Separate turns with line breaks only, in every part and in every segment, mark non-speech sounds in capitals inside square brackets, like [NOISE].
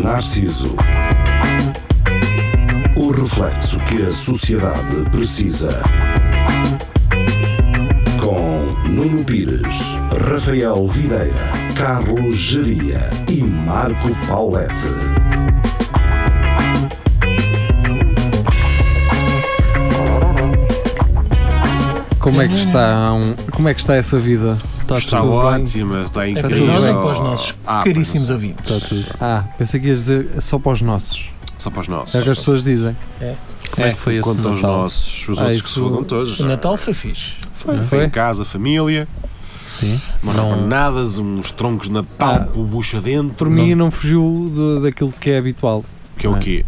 preciso. O reflexo que a sociedade precisa. Com Nuno Pires, Rafael Videira, Carlos Geria e Marco Paulette.
Como é que está, um- como é que está essa vida?
Está,
Está
tudo bem?
ótima, está
É para
incrível.
nós ou para os nossos
Ah, para
caríssimos ouvintes?
Está tudo.
Ah, pensei que ias dizer só para os nossos.
Só para os
É o que as
nossos.
pessoas dizem.
Como é que foi esse
Quanto aos
Natal?
nossos, os
Ah,
outros que
isso-
se fodam todos.
O Natal foi fixe.
Foi,
Não
foi
foi?
em casa, família,
Sim.
umas
Não.
nadas, uns troncos de Natal
Ah.
com o bucha dentro,
Por mim não fugiu do- daquilo que é habitual.
que é o quê?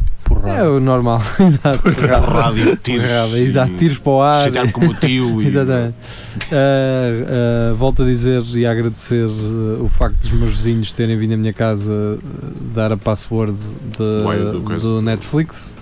É o normal. [LAUGHS] Exato. Porrada.
Rádio, tiros.
Porrada,
e
É. Exato. Tiros para o ar.
chatear-me com o meu
[LAUGHS]
tio e
Exatamente. Ah, ah, volto a dizer e a agradecer ah, o facto dos meus vizinhos terem vindo à minha casa ah, dar a password de-
Ué, do coisa.
do Netflix.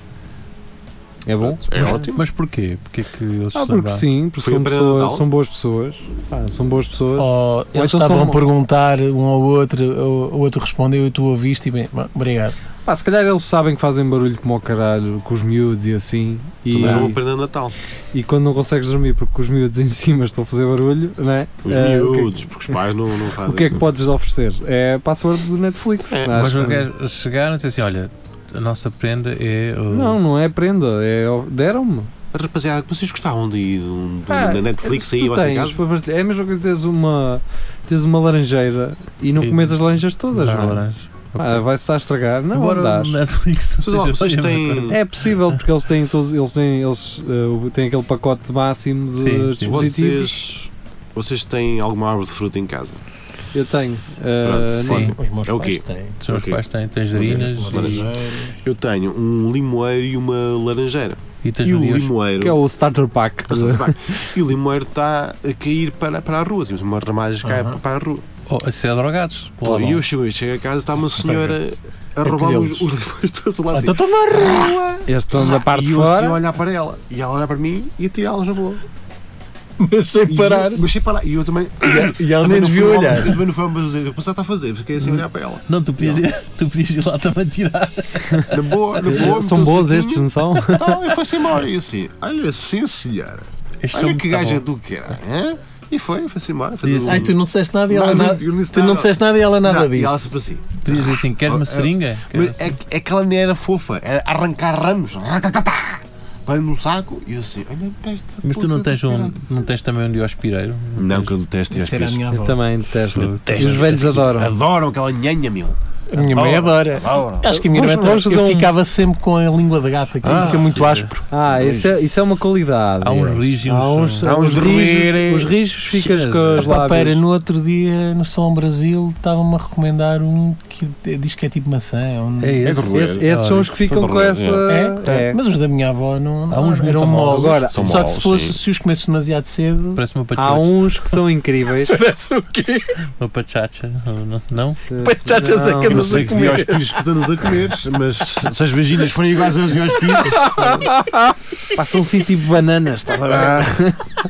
É bom?
É
Mas-
ótimo.
Mas porquê? Porquê é que eles
Ah,
se zangaram?
porque sim, porque
Foi Oh.
são,
um prenda de
pessoas,
Natal?
são boas pessoas. Pá, são boas pessoas.
Ou Oh, eles
então
estavam
são-
a perguntar um ao outro, o o outro respondeu e tu ouviste e bem, bom, obrigado.
Pá, se calhar eles sabem que fazem barulho como ao caralho, com os miúdos e assim. E,
Também é não aprendendo Natal.
e quando não consegues dormir porque os miúdos em [LAUGHS] cima estão a fazer barulho, não é?
Os
Eh, o que é que-
miúdos, porque os pais não, não
O
fazem.
que é que podes oferecer? É password do Netflix.
É,
não,
Mas
acho que-
eles chegaram e disseram assim: olha, a nossa prenda é. o-
não, não é prenda, é deram-me.
Rapaziada, vocês gostavam de ir de um- de um-
Ah,
na Netflix
Tu
aí, vocês em
tens
casa?
para partilhar. É a mesma coisa que tens uma, tens uma laranjeira e não
E-
comes as laranjas todas,
Ah,
não é?
laranja.
Ah, Vai-se estar a estragar? Não, não
Embora
dás.
o Netflix
Mas, ó,
não
vocês
seja a mesma
têm-
coisa.
É possível porque eles têm todos, eles têm, eles eh, têm aquele pacote máximo de
Sim, sim.
dispositivos.
Vocês, vocês têm alguma árvore de fruta em casa?
Eu tenho. eh,
Pronto,
não-
Sim,
Os meus
É o
pais
quê?
têm.
os meus
ok.
pais têm tangerinas
Laranjeira. Eu tenho um limoeiro e uma laranjeira. E
e, e
o
tangerinas.
limoeiro.
que é o starter pack.
Ou
Uhum.
seja, pá, e o limoeiro está a cair para, para a rua, temos uma ramagem que cai
Aham.
para a rua.
Oh, isso é drogados.
Pô,
Lá
e
vão.
eu chego, eu chego a casa está uma senhora a
A
roubar os,
colhê-los.
os limoeiros todos lá
Ah,
assim.
É Então estou na rua!
Eles estão da parte
e
de
eu assim a
fora.
olhar para ela, e ela olhar para mim e a tirá-los na boa.
[LAUGHS]
Mas sem
E
parar.
eu- Mas sem parar. E eu também.
E é
também
ela nem
não fui
desviou
mal-
olhar.
Eu também não foi uma coisa que eu pensava está a fazer, fiquei
Uhum.
assim a olhar para ela.
Não, tu podias, ir, tu podias ir lá também tirar.
Na boa, na boa.
São
meteu-se
bons
aqui,
estes, não são?
é?
Tal, e foi-se embora. E eu assim, olha, sim senhora.
é
Este
Olha
homem
que é
tá
gaja
bom.
do que era. hã? E foi, foi-se embora. Foi
E
tudo-
assim-
Ai, tu não disseste nada e ela
Nada,
nada.
eu disse
Tu não
nada.
disseste nada e ela nada
Não, E ela
disse.
sempre assim.
Podias dizer assim: queres uma seringa? Queres uma
Mas é,
seringa?
que- é que ela nem era fofa, era arrancar ramos. Ratatatá. Vai no saco e eu assim, olha peste.
Mas tu
puta
não
do
tens, um,
caralho.
não tens também um diospireiro?
Não, que eu detesto
Isso era a minha
Eu
avó.
também detesto.
Detesto.
Os velhos adoram.
Adoram aquela nhanha, meu.
A minha mãe adora.
Adoram.
Acho que a minha
Vamos-
irmã também.
vamos fazer
Eu
um-
ficava sempre com a língua de gato aqui,
Ah,
fica muito áspero.
Ah, isso é, isso é uma qualidade.
Há uns rígios.
Há uns,
Há uns
os rijos.
rígidos.
Os rijos ficas com os
Ah, pá, pera,
lábios.
no outro dia no São Brasil estavam-me a recomendar um que diz que é tipo maçã. é um-
É esse.
de roer.
Esse- Esses são os que ficam com essa.
É?
É.
Mas os da minha avó não.
Há uns
não,
muito
eram
maus.
moles.
Agora,
São
Só que
maus,
se, fosse,
sim.
se os comesses demasiado
[LAUGHS]
cedo.
eh, Parece uma
Há um.
pachacha.
uns que são incríveis.
Parece o quê?
Uma pachacha. ou não- Não?
Pachachas é que
Eu não
Andas
sei
a
que
comer.
diospíris que estamos a comer, mas se se as vaginas forem iguais aos [LAUGHS] diospíris,
Passam assim tipo bananas,
[LAUGHS]
estás a ver?
ah,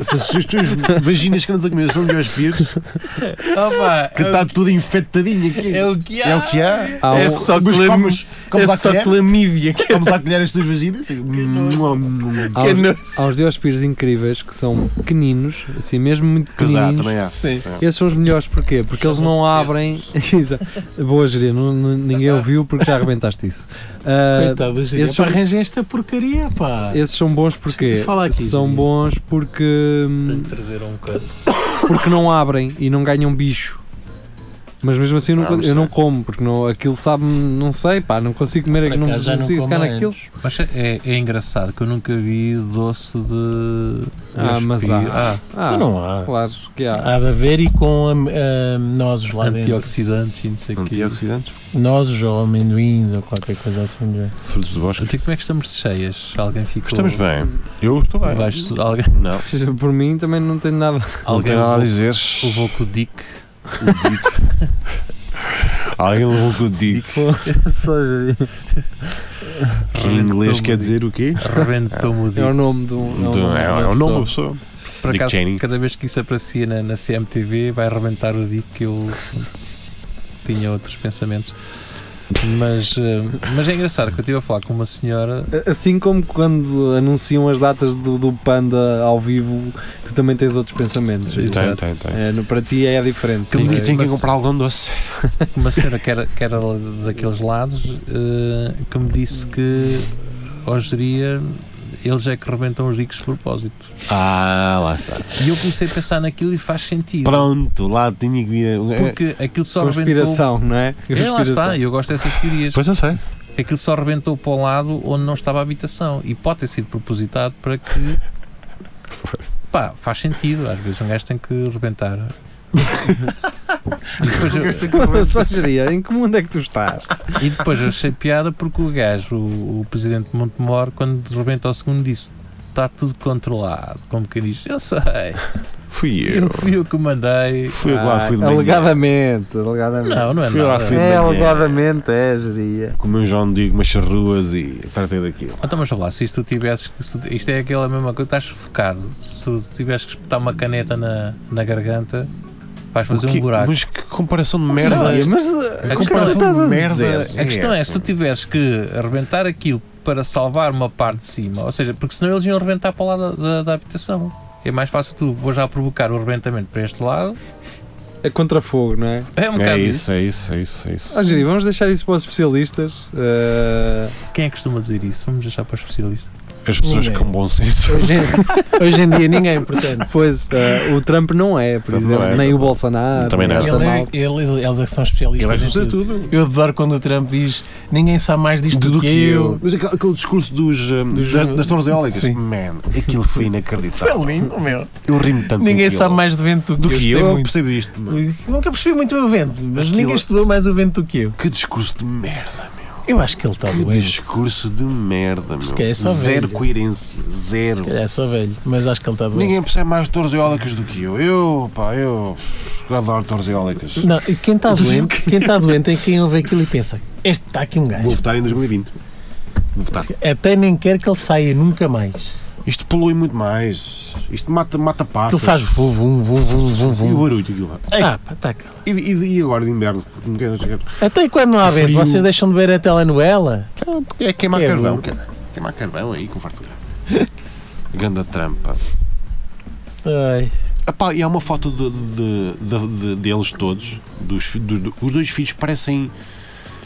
se as se as tuas vaginas que andas a comer são diospíris,
Opa,
que está tudo infectadinho aqui.
é o que há.
É o que há.
Há
É
um-
só
Mas
clam-
comes, comes,
é
à
só
colher,
clamívia. Que
comes à colher as tuas vaginas.
Há
que
uns-
nojo.
Há uns diospíris incríveis que são pequeninos, assim mesmo muito
Pois há,
pequeninos.
também há.
Sim.
Esses são os melhores, porquê? Porque eles não abrem. [LAUGHS] Exato. Boa, Geria, não- não- ninguém ouviu porque já arrebentaste
[LAUGHS]
isso. Ah,
Coitado, Gíria,
esses
pá,
são-
arranjei esta porcaria, pá.
esses são bons porquê?
Fala aqui,
são
Geria.
bons porque, hum,
Tenho de trazer um coisa.
porque não abrem e não ganham bicho. Mas mesmo assim eu não,
Ah,
co-
não
eu não
sei.
como, porque não, aquilo sabe, não sei, pá, não consigo comer,
Por
não
acaso já não
consigo
como
ficar
antes.
naquilo.
Mas é, é engraçado que eu nunca vi doce de.
Ah,
de
mas
espir-
há.
Ah,
Ah,
Então não há. Ah.
claro que há.
Há de haver e com am- ah, nozes lá dentro.
antioxidantes e não sei o quê.
Antioxidantes?
Nozes ou amendoins ou qualquer coisa assim. do género.
Frutos de bosque?
Até como é que estamos de cheias? Alguém ficou.
Estamos bem. Eu estou bem.
Baixo, alguém,
Não,
Por mim também não tenho nada.
não
alguém
tenho nada a
levou-
dizer.
levou com o Dick.
[LAUGHS] Alguém levou o que eu digo. Que em inglês
Arrebentou-me
quer
o
dizer o quê?
Rebentou-me o
É o
Dick.
nome de um.
Então,
de
é,
uma
é o nome da
pessoa.
pessoa.
Por
Dick
acaso,
Cheney.
cada vez que isso aparecia na, na CMTV, vai rebentar o Dick. Eu tinha outros pensamentos. Mas, eh, mas é engraçado que eu estive a falar com uma senhora.
Assim como quando anunciam as datas do, do Panda ao vivo, tu também tens outros pensamentos.
Exato.
Tem, tem, tem.
É, no, para ti é diferente.
Que
Tem que
me
É.
dizem
sim que
mas-
comprar algodão doce.
uma senhora que era, que era daqueles lados eh, que me disse que hojeria eles é que rebentam os ricos de propósito.
Ah, lá está.
E eu comecei a pensar naquilo e faz sentido.
Pronto, lá tinha que vir. a- é,
Porque aquilo só
é,
rebentou.
um-
Conspiração, não é?
É, lá está,
Conspiração.
eu gosto dessas teorias.
Pois eu sei.
Aquilo só rebentou para o lado onde não estava a habitação e pode ter sido propositado para que. Pá, faz sentido. Às vezes um gajo tem que rebentar. e depois eu,
Mas, ó, Jeria, em que mundo é que tu estás?
E depois eu achei piada porque o gajo, o, o presidente de Montemor, quando rebenta o segundo, disse: está tudo controlado. Como quem diz: eu sei,
Fui
eu
eu.
fui eu que mandei.
Fui eu que lá fui de manhã.
Ah, Alegadamente, alegadamente.
Não, não é
Fui lá,
nada.
fui.
É,
Amanhã.
alegadamente é, geria.
Comi um João Digo, umas charruas e tratei daquilo.
Então, mas olha lá, se isto tu tivesses. que- se tu- isto é aquela mesma coisa, estás sufocado. Se tu tivesses que espetar uma caneta na, na garganta, vais fazer
O que-
um buraco.
Mas que comparação de merda.
mas uh,
A
o que é que
comparação
estás a
de merda
dizer?
A questão é,
essa?
se tu tiveres que arrebentar aquilo para salvar uma parte de cima, ou seja, porque senão eles iam arrebentar para o lado da, da- da habitação. É mais fácil tu vou já provocar o arrebentamento para este lado.
É contrafogo, não é?
É um bocado
É isso,
isso.
é isso, é isso, é isso.
Ó, Jeria, vamos deixar isso para os especialistas. Uh,
Quem é que costuma dizer isso? Vamos deixar para os especialistas.
As pessoas
Ninguém.
com bom senso.
Hoje,
[LAUGHS]
em- hoje em dia ninguém, é portanto.
pois, uh, o Trump não é, por
Trump não
exemplo,
é.
nem o Bolsonaro.
Também não.
nem essa
Ele é-
malta.
ele- eles é que são especialistas.
Ele é
em
justo a
tudo.
tudo.
Eu adoro quando o Trump diz ninguém sabe mais disto do, que, eu.
Mas aquele, aquele discurso dos, hum,
Dos-
das, das torres eólicas.
Sim.
Man, aquilo foi inacreditável.
Foi lindo, meu.
Eu rimo tanto.
Tá. Ninguém
daquilo.
sabe mais de vento
do que eu. Eu
Muito.
percebo isto. mano.
Nunca percebi muito bem o vento, mas
Aquilo-
ninguém estudou mais o vento do que eu.
Que discurso de merda.
Eu acho que ele está
Que
doente.
discurso de merda, meu.
Se calhar é só
Zero
velho.
coerência. Zero.
Se calhar É só velho, mas acho que ele está doente.
Ninguém percebe mais torres eólicas do que eu. Eu, pá, eu adoro torres eólicas.
Não, e
[LAUGHS]
quem está doente, quem está doente é quem ouve aquilo e pensa, este está aqui um
Vou
gajo.
votar em 2020. Vou votar.
Até nem quer que ele saia nunca mais.
Isto polui muito mais. Isto mata, mata
Aquilo
pássaros.
faz vum, vum, vum, vum, vum,
E o
vum.
barulho aquilo lá.
Ah, pá, tá calado.
E, e- e agora de inverno? Porque não quero chegar-
Até quando não há
Frio.
vento, vocês deixam de ver a telenovela?
Ah, porque É queimar
É
carvão.
bom.
cara. Queimar carvão aí com fartura. [LAUGHS] Grande trampa.
Ai,
Epá, e há uma foto de, de- de- de- deles todos. Dos, fi- dos- do- os dois filhos parecem.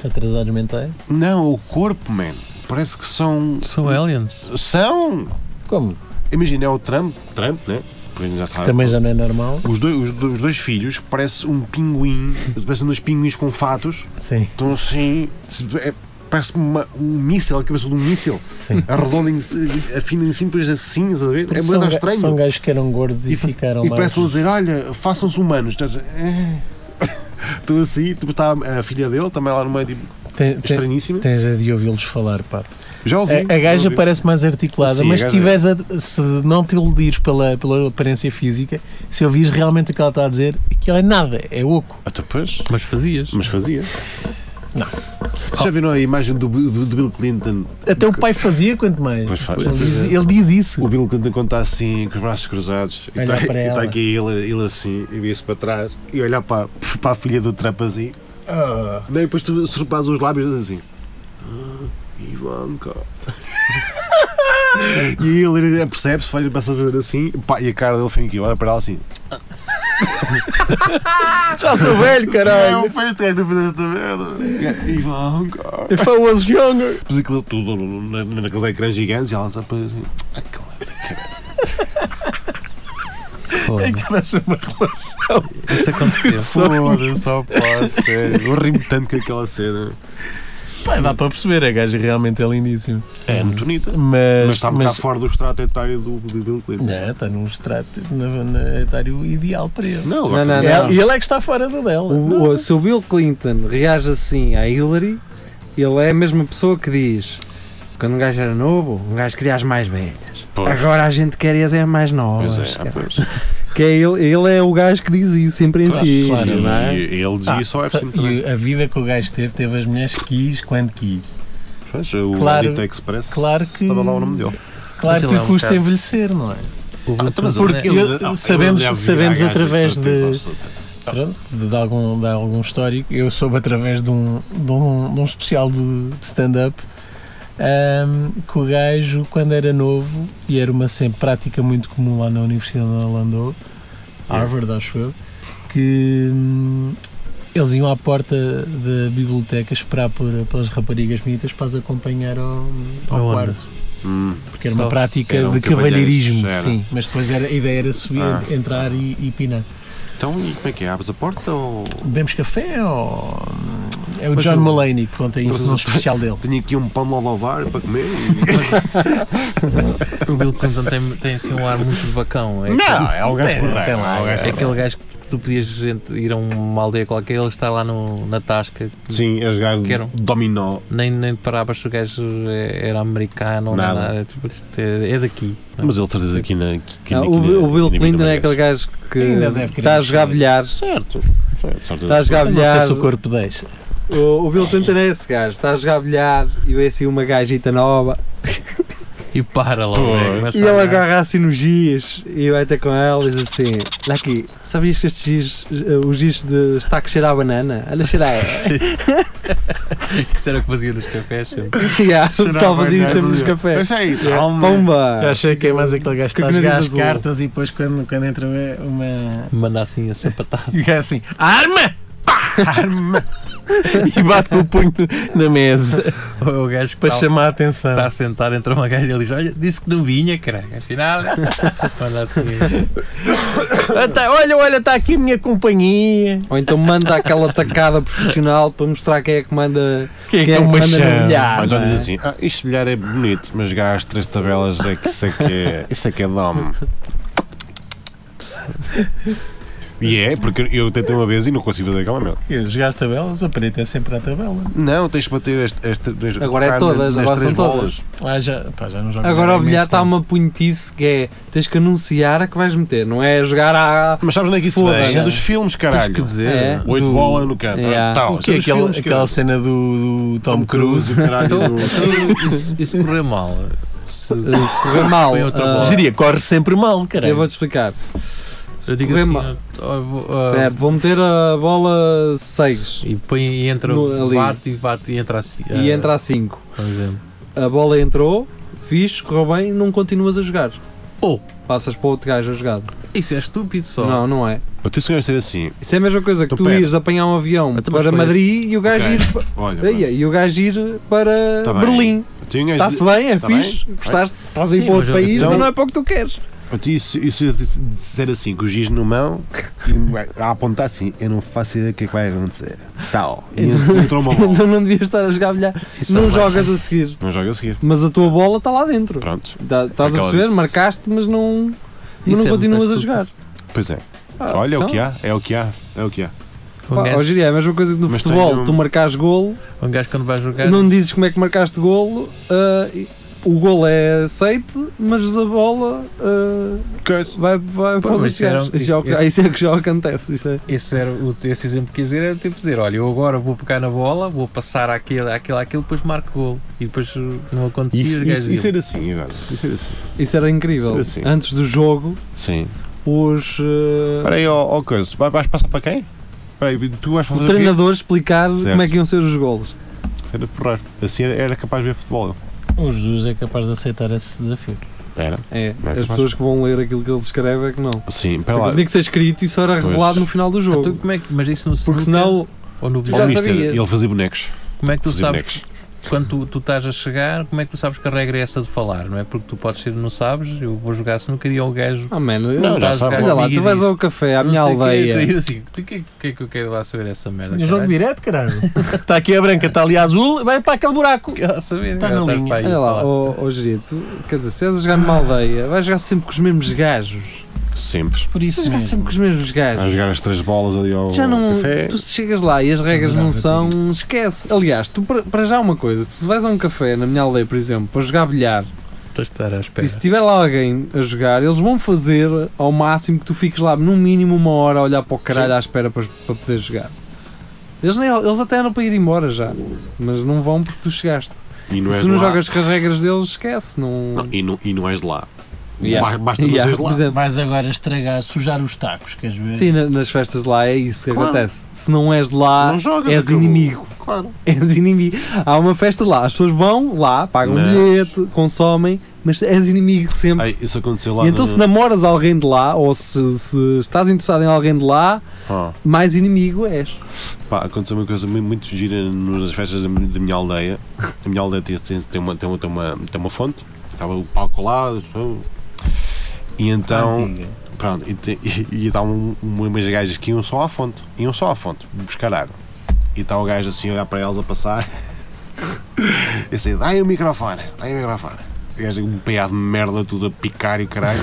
atrasados mentais.
Não, o corpo, man. Parece que são.
São aliens.
São!
Como?
Imagina, é o Trump. Trump, né? Porque já sabe.
Também já não é normal.
Os dois, os, dois, os dois filhos parecem um pinguim. Parecem dois pinguins com fatos.
Sim,
Então assim, se- é- parece uma, um míssel, a cabeça de um míssel. [LAUGHS]
sim.
Arredondem-se, afinem simples assim, estás a ver?
Porque
É
são,
muito
ga- são
estranho.
gajos que eram gordos e,
E-
ficaram
E
lá.
parece-lhe dizer, olha, façam-se humanos. Estás a- É. Estou assim, tipo, está a a filha dele também lá no meio, tipo,
Tem- tem-
estranhíssima.
tens é de ouvi-los falar, pá.
Já ouvi.
A, a
já
gaja
ouvi.
parece mais articulada,
Sim,
mas
a gaja-
se,
é.
tiveres a- se não te iludires pela, pela aparência física, se ouvires realmente o que ela está a dizer, aquilo é nada, é oco.
Até Ah, tá, pois,
Mas fazias.
mas fazia.
Não.
Já viram a imagem do, Bill- do Bill Clinton?
Até o pai fazia, quanto mais.
Pois é. faz.
Ele diz, ele diz
O
isso.
Bill Clinton quando está assim, com os braços cruzados, e
Olhar
está,
para
e está
ela.
aqui ele, ele assim, e vira-se para trás, e olhar para, para a filha do Trump assim,
Ah,
Daí depois tu surpás os lábios e dizes assim. "Ah, Ivanka. [LAUGHS] e ele percebe-se, faz- passa a ver assim, pá, e a cara dele fica aqui, olha para ela assim.
Já sou velho,
Não,
caralho.
foi este gajo que fez esta merda. "É, Ivanka.
If I was
[LAUGHS]
younger.
Depois aquilo tudo na- na- naqueles ecrãs gigantes e ela está para assim. Aquela
Tem que nascer uma relação.
Isso aconteceu.
[LAUGHS]
foda só pá, sério. Eu rimo tanto com aquela cena.
Pá, dá para perceber, a gaja realmente é lindíssima.
É muito bonita.
Mas,
Mas está um
mas-
bocado fora do extrato etário do do Bill Clinton.
Não, está num extrato na, na etário ideal para ele.
Não,
Não, não,
agora
não.
Ela- E ele é que está fora do dela.
O- o- se o Bill Clinton reage assim à Hillary, ele é a mesma pessoa que diz: quando um gajo era novo, um gajo queria as mais velhas.
Pois.
Agora a gente quer as é mais novas.
Pois é, ah, pois.
Que é ele, ele é o gajo que diz isso em princípio.
claro,
não é?
E ele dizia
Ah,
só Epstein também.
E a vida que o gajo teve, teve as mulheres que quis quando quis.
Pois, o
Claro-
Lolita Express
claro que-
estava lá o nome dele.
Claro
Mas
que
ele é um
custa
bocado-
envelhecer, não é?
O Bill
Ah, então, mas
Clinton
ele-
é-
eu-
ele-
sabemos-
ele deve
sabemos
virar gajas,
através
certeza
de-
absoluta.
Tá.
pronto, de, de algum, de algum histórico. Eu soube através de um, de um, de um especial de, de stand-up ahm, que o gajo, quando era novo, e era uma sempre prática muito comum lá na Universidade onde ele andou,
É.
Harvard, acho eu, que hum, eles iam à porta da biblioteca esperar por, pelas raparigas bonitas para as acompanhar ao, ao
Aonde?
quarto.
Hum.
Porque era uma
Só
prática
eram
de
cavalheiros,
cavalheirismo,
era.
sim. Mas depois era, a ideia era subir,
Ah.
entrar e, e pinar.
Então, e como é que é? Abres a porta ou.
Bebemos café ou. É o Então,
Mas
John
o-
Mulaney que conta isso
Trouxe-
no especial [LAUGHS] dele.
Tenho aqui um pão de lolovar para comer.
O Bill Clinton tem, tem assim um ar muito de bacão. É
Não, é um gajo
Tem-
porreiro.
tem lá,
é um gajo
É aquele gajo que tu podias gente, ir a uma aldeia qualquer, ele está lá no, na tasca,
Sim, a jogar
Quero.
dominó.
nem, nem paravas se o gajo é- era americano ou
Nada.
nada. É, tipo, isto é, é daqui. não é?
Mas ele certeza aqui na. Que, que,
Ah,
que-
o,
que-
o Bill
que-
Clinton
que-
é aquele gajo que
Ainda deve querer
está a jogar
mexer.
bilhares.
Certo. certo.
Está a jogar
Eu Não sei se o
bilhar.
corpo deixa.
O, o Bill Clinton é esse gajo. Está a jogar bilhar e vê assim uma gajita nova.
E para lá,
Pois.
é, começa
E
a
ele
olhar.
agarra assim nos giz e vai ter com ela e diz assim: Olha aqui, sabias que este giz, eh, o giz de está que cheira a banana? Olha, cheira a [LAUGHS]
[LAUGHS]
ela."
Isso era o que fazia nos cafés. sempre.
E há, só fazia sempre nos
é
cafés.
Deixa aí,
um
toma.
Eu
Pomba!
achei que é mais aquele gajo que
Que
está a jogar
nariz
as
azul.
cartas e depois quando, quando entra uma.
Manda assim a sapatada.
[LAUGHS] E é assim: arma! Pá! Arma! [LAUGHS] Tá. e bate com o punho na mesa
[LAUGHS] O gajo que tá
para
está,
chamar a atenção.
está sentado entre uma gaja e ele diz: Olha, disse que não vinha, caralho. [LAUGHS] Afinal, manda assim.
Ah, tá, olha, olha, está aqui a minha companhia.
Ou então manda aquela tacada profissional para mostrar quem é que manda.
Quem é que
Quem
é o
é que manda
machão?
no bilhar?
Ah, então
não é?
diz assim: ah, isto bilhar é bonito, mas jogar às três tabelas é que isso é que é, isso é, que é de homem. E é, porque eu tentei uma vez e não consigo fazer aquela merda.
Que Jogaste tabelas, a parede é sempre à tabela.
Não, tens de bater as, as, as
Agora é
tocar
todas,
nas
agora
três
são todas.
bolas.
Ah, já, pá, já não jogo
Agora
há
o bilhar
imenso
está
tempo.
uma punhetice que é tens que anunciar a que vais meter, não é jogar a.
Mas sabes onde é que isso
Foda-se.
vem? É dos filmes,
Tens que
caralho.
dizer. eh,
É.
Oito
do-
bola no canto.
Yeah.
Tal,
O que é
isso
aquela,
dos Ah, filmes,
aquela
caralho.
cena do, do Tom, Cruise?
caralho,
Então,
do-
então, isso, isso correu mal. Se-
eh, Se correr mal.
Põe outra
ah,
bola.
Geria, corre sempre mal,
eu
caralho.
vou-te explicar. Se
eu digo
correr
assim:
mal- é
ó, ó, ó,
Certo, vou meter a bola 6
E põe e entra,
No- ali.
bate e bate e entra assim.
e entra a 5.
a... exemplo.
A bola entrou, fixe, correu bem, não continuas a jogar.
Oh.
Passas para outro gajo a jogar.
Isso é estúpido só.
Não, não é.
Mas tu se calhar ser assim,
Isso é a mesma coisa que
Tu
tu
perdes.
ires apanhar um avião
Então, mas
para
foi-
Madrid e o gajo
Ok.
ir pa-
olha,
Eia, e o gajo ir para
Tá bem.
Berlim.
tem um gajo
Está-se bem, é
Tá
fixe,
bem.
gostaste, estás a ir
Sim,
para outro
mas eu-
país,
então-
mas não é para o que tu queres. [LAUGHS]
Pronto, e se, e se eu disser assim, com o giz no mão, e a apontar assim, eu não faço ideia do que é que vai acontecer. Tal. E entrou uma bola.
Então não devias estar a jogar bilhar.
Isso é
Não
uma-
jogas a seguir,
Não joga a seguir.
mas a tua bola está lá dentro.
Pronto.
Tá- Estás a
Aquela
perceber?
disse-
Marcaste, mas não, mas
Isso
não
é
continuas
muito
a jogar.
Pois é.
Ah,
Olha, é o
então,
que há, é o que há, é o que há.
Um
pá,
gajo-
hoje em dia é a mesma coisa que no
Mas
futebol.
tenho um-
Tu marcas golo,
Um gajo quando vai jogar.
não dizes como é que marcaste golo, ah, e- o golo é aceite, mas a bola ah,
Coisa.
vai, vai para os
mas
outros
isso era- um-
gajos. Isso já é o que-
isso-
isso é o que já acontece. Isso é.
Esse, era o, esse exemplo que quis dizer era tipo dizer: olha, eu agora vou pegar na bola, vou passar àquele, àquele, àquele, depois marco golo. E depois uh, não acontecia.
Isso,
os
isso,
gajos
isso
iam.
era assim, agora. Isso era assim.
Isso era incrível.
Isso era assim.
Antes do jogo,
Sim.
os, ah,
Espera aí, ó, ó coisa. Vai- Vais passar para quem? Espera aí, tu vais fazer
o
o quê?
treinador explicar
Certo.
como é que iam ser os golos.
Era porrar. Assim era, era capaz de ver futebol.
O Jesus é capaz de aceitar esse desafio.
Era?
É,
Não é
as
capaz.
pessoas que vão ler aquilo que ele escreve é que não.
Sim, espera lá.
Aquilo tinha que ser escrito e só era
Pois.
revelado no final do
Então,
jogo.
como é que, mas isso no
Porque
snooker
senão
ou no
já
Ó,
bilhar,
mister,
sabia.
Ele fazia bonecos.
como é que tu
Fazia
sabes
bonecos.
quando tu, tu estás a chegar, como é que tu sabes que a regra é essa de falar, não é? Porque tu podes ser, não sabes, eu vou jogar se não queria o gajo.
Ah, mano, eu-
Não, já
estás a
sabe.
jogar
olha
com
lá,
amigo
tu
e
vais
diz,
ao café à
"Não
minha
sei quem é que
aldeia.
diz assim, "Tu que, que é que eu quero lá saber essa merda?
No Um jogo
caralho?"
direto, [LAUGHS] caralho. Está Tá aqui a branca, está ali a azul, vai para aquele buraco.
[LAUGHS] Quero lá saber,
Está na
agora estás
linha.
para aí
Tá Olha
a
lá,
falar.
ó ó, Gerito, quer dizer, se és a jogar numa aldeia, vais jogar sempre com os mesmos gajos.
Sempre.
Por
Se
isso
vais jogar
mesmo.
sempre com os mesmos
A
gajos.
jogar as três bolas ali ao
É. Já não.
café.
Tu se chegas lá e as regras
Adorava
não são.
tudo isso.
Esquece. Aliás, tu para para já uma coisa, tu se vais a um café na minha aldeia, por exemplo, para jogar bilhar,
Estou a estar à espera.
e se tiver lá alguém a jogar, eles vão fazer ao máximo que tu fiques lá no mínimo uma hora a olhar para o caralho à espera para, para poder jogar. Eles, nem, eles até eram para ir embora já, mas não vão porque tu chegaste.
E não é
E
és
se não
lá.
jogas com as regras deles, esquece. Não...
Não, e, não, e não és de lá. Ba- Basta duas
Yeah,
vezes lá.
por exemplo,
Vais agora estragar, sujar os tacos, queres ver?
Sim, na- nas festas de lá é isso que
Claro.
acontece. Se não és de lá,
não jogas,
Ah, és
acabou.
inimigo. [LAUGHS]
Claro.
és inimigo. Há uma festa lá, as pessoas vão lá, pagam
Mas-
bilhete, consomem, mas és inimigo sempre.
Ai, isso aconteceu lá.
e então,
na-
se namoras alguém de lá, ou se, se estás interessado em alguém de lá,
Ah,
mais inimigo és.
pá, aconteceu uma coisa mu- muito, gira nas festas da, mi- da minha aldeia. A minha aldeia tem, tem- tem uma, tem, uma, tem, uma, tem uma fonte, estava o palco lá. so- E então,
Antiga.
pronto, e, te- e, e estavam um- umas gajas que iam só à fonte, iam só à fonte, buscar água. E está o gajo assim a olhar para elas a passar. e assim, dá-lhe o microfone, dá-lhe o microfone. O gajo, um peiado de merda, tudo a picar e o caralho.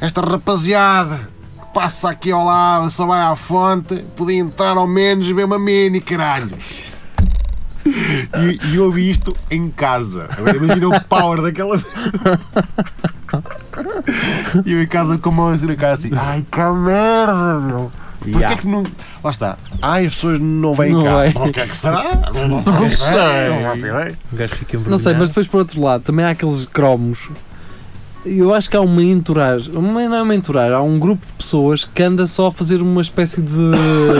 Esta rapaziada que passa aqui ao lado, só vai à fonte, podia entrar ao menos e ver uma mini, caralho. E, e eu ouvi isto em casa. Agora imagina o power daquela. [LAUGHS] e eu em casa com uma na cara assim, ai que merda, meu. Porquê
Yeah.
que não. Lá está. Ai, as pessoas não vêm
Não
cá.
vêm.
O que é que será? Não, faço
sei.
ideia, Não faço ideia.
O Um gajo fica
Não sei, mas depois por outro lado, também há aqueles cromos. Eu acho que há uma entourage, uma, não é uma entourage, há um grupo de pessoas que anda só a fazer uma espécie de,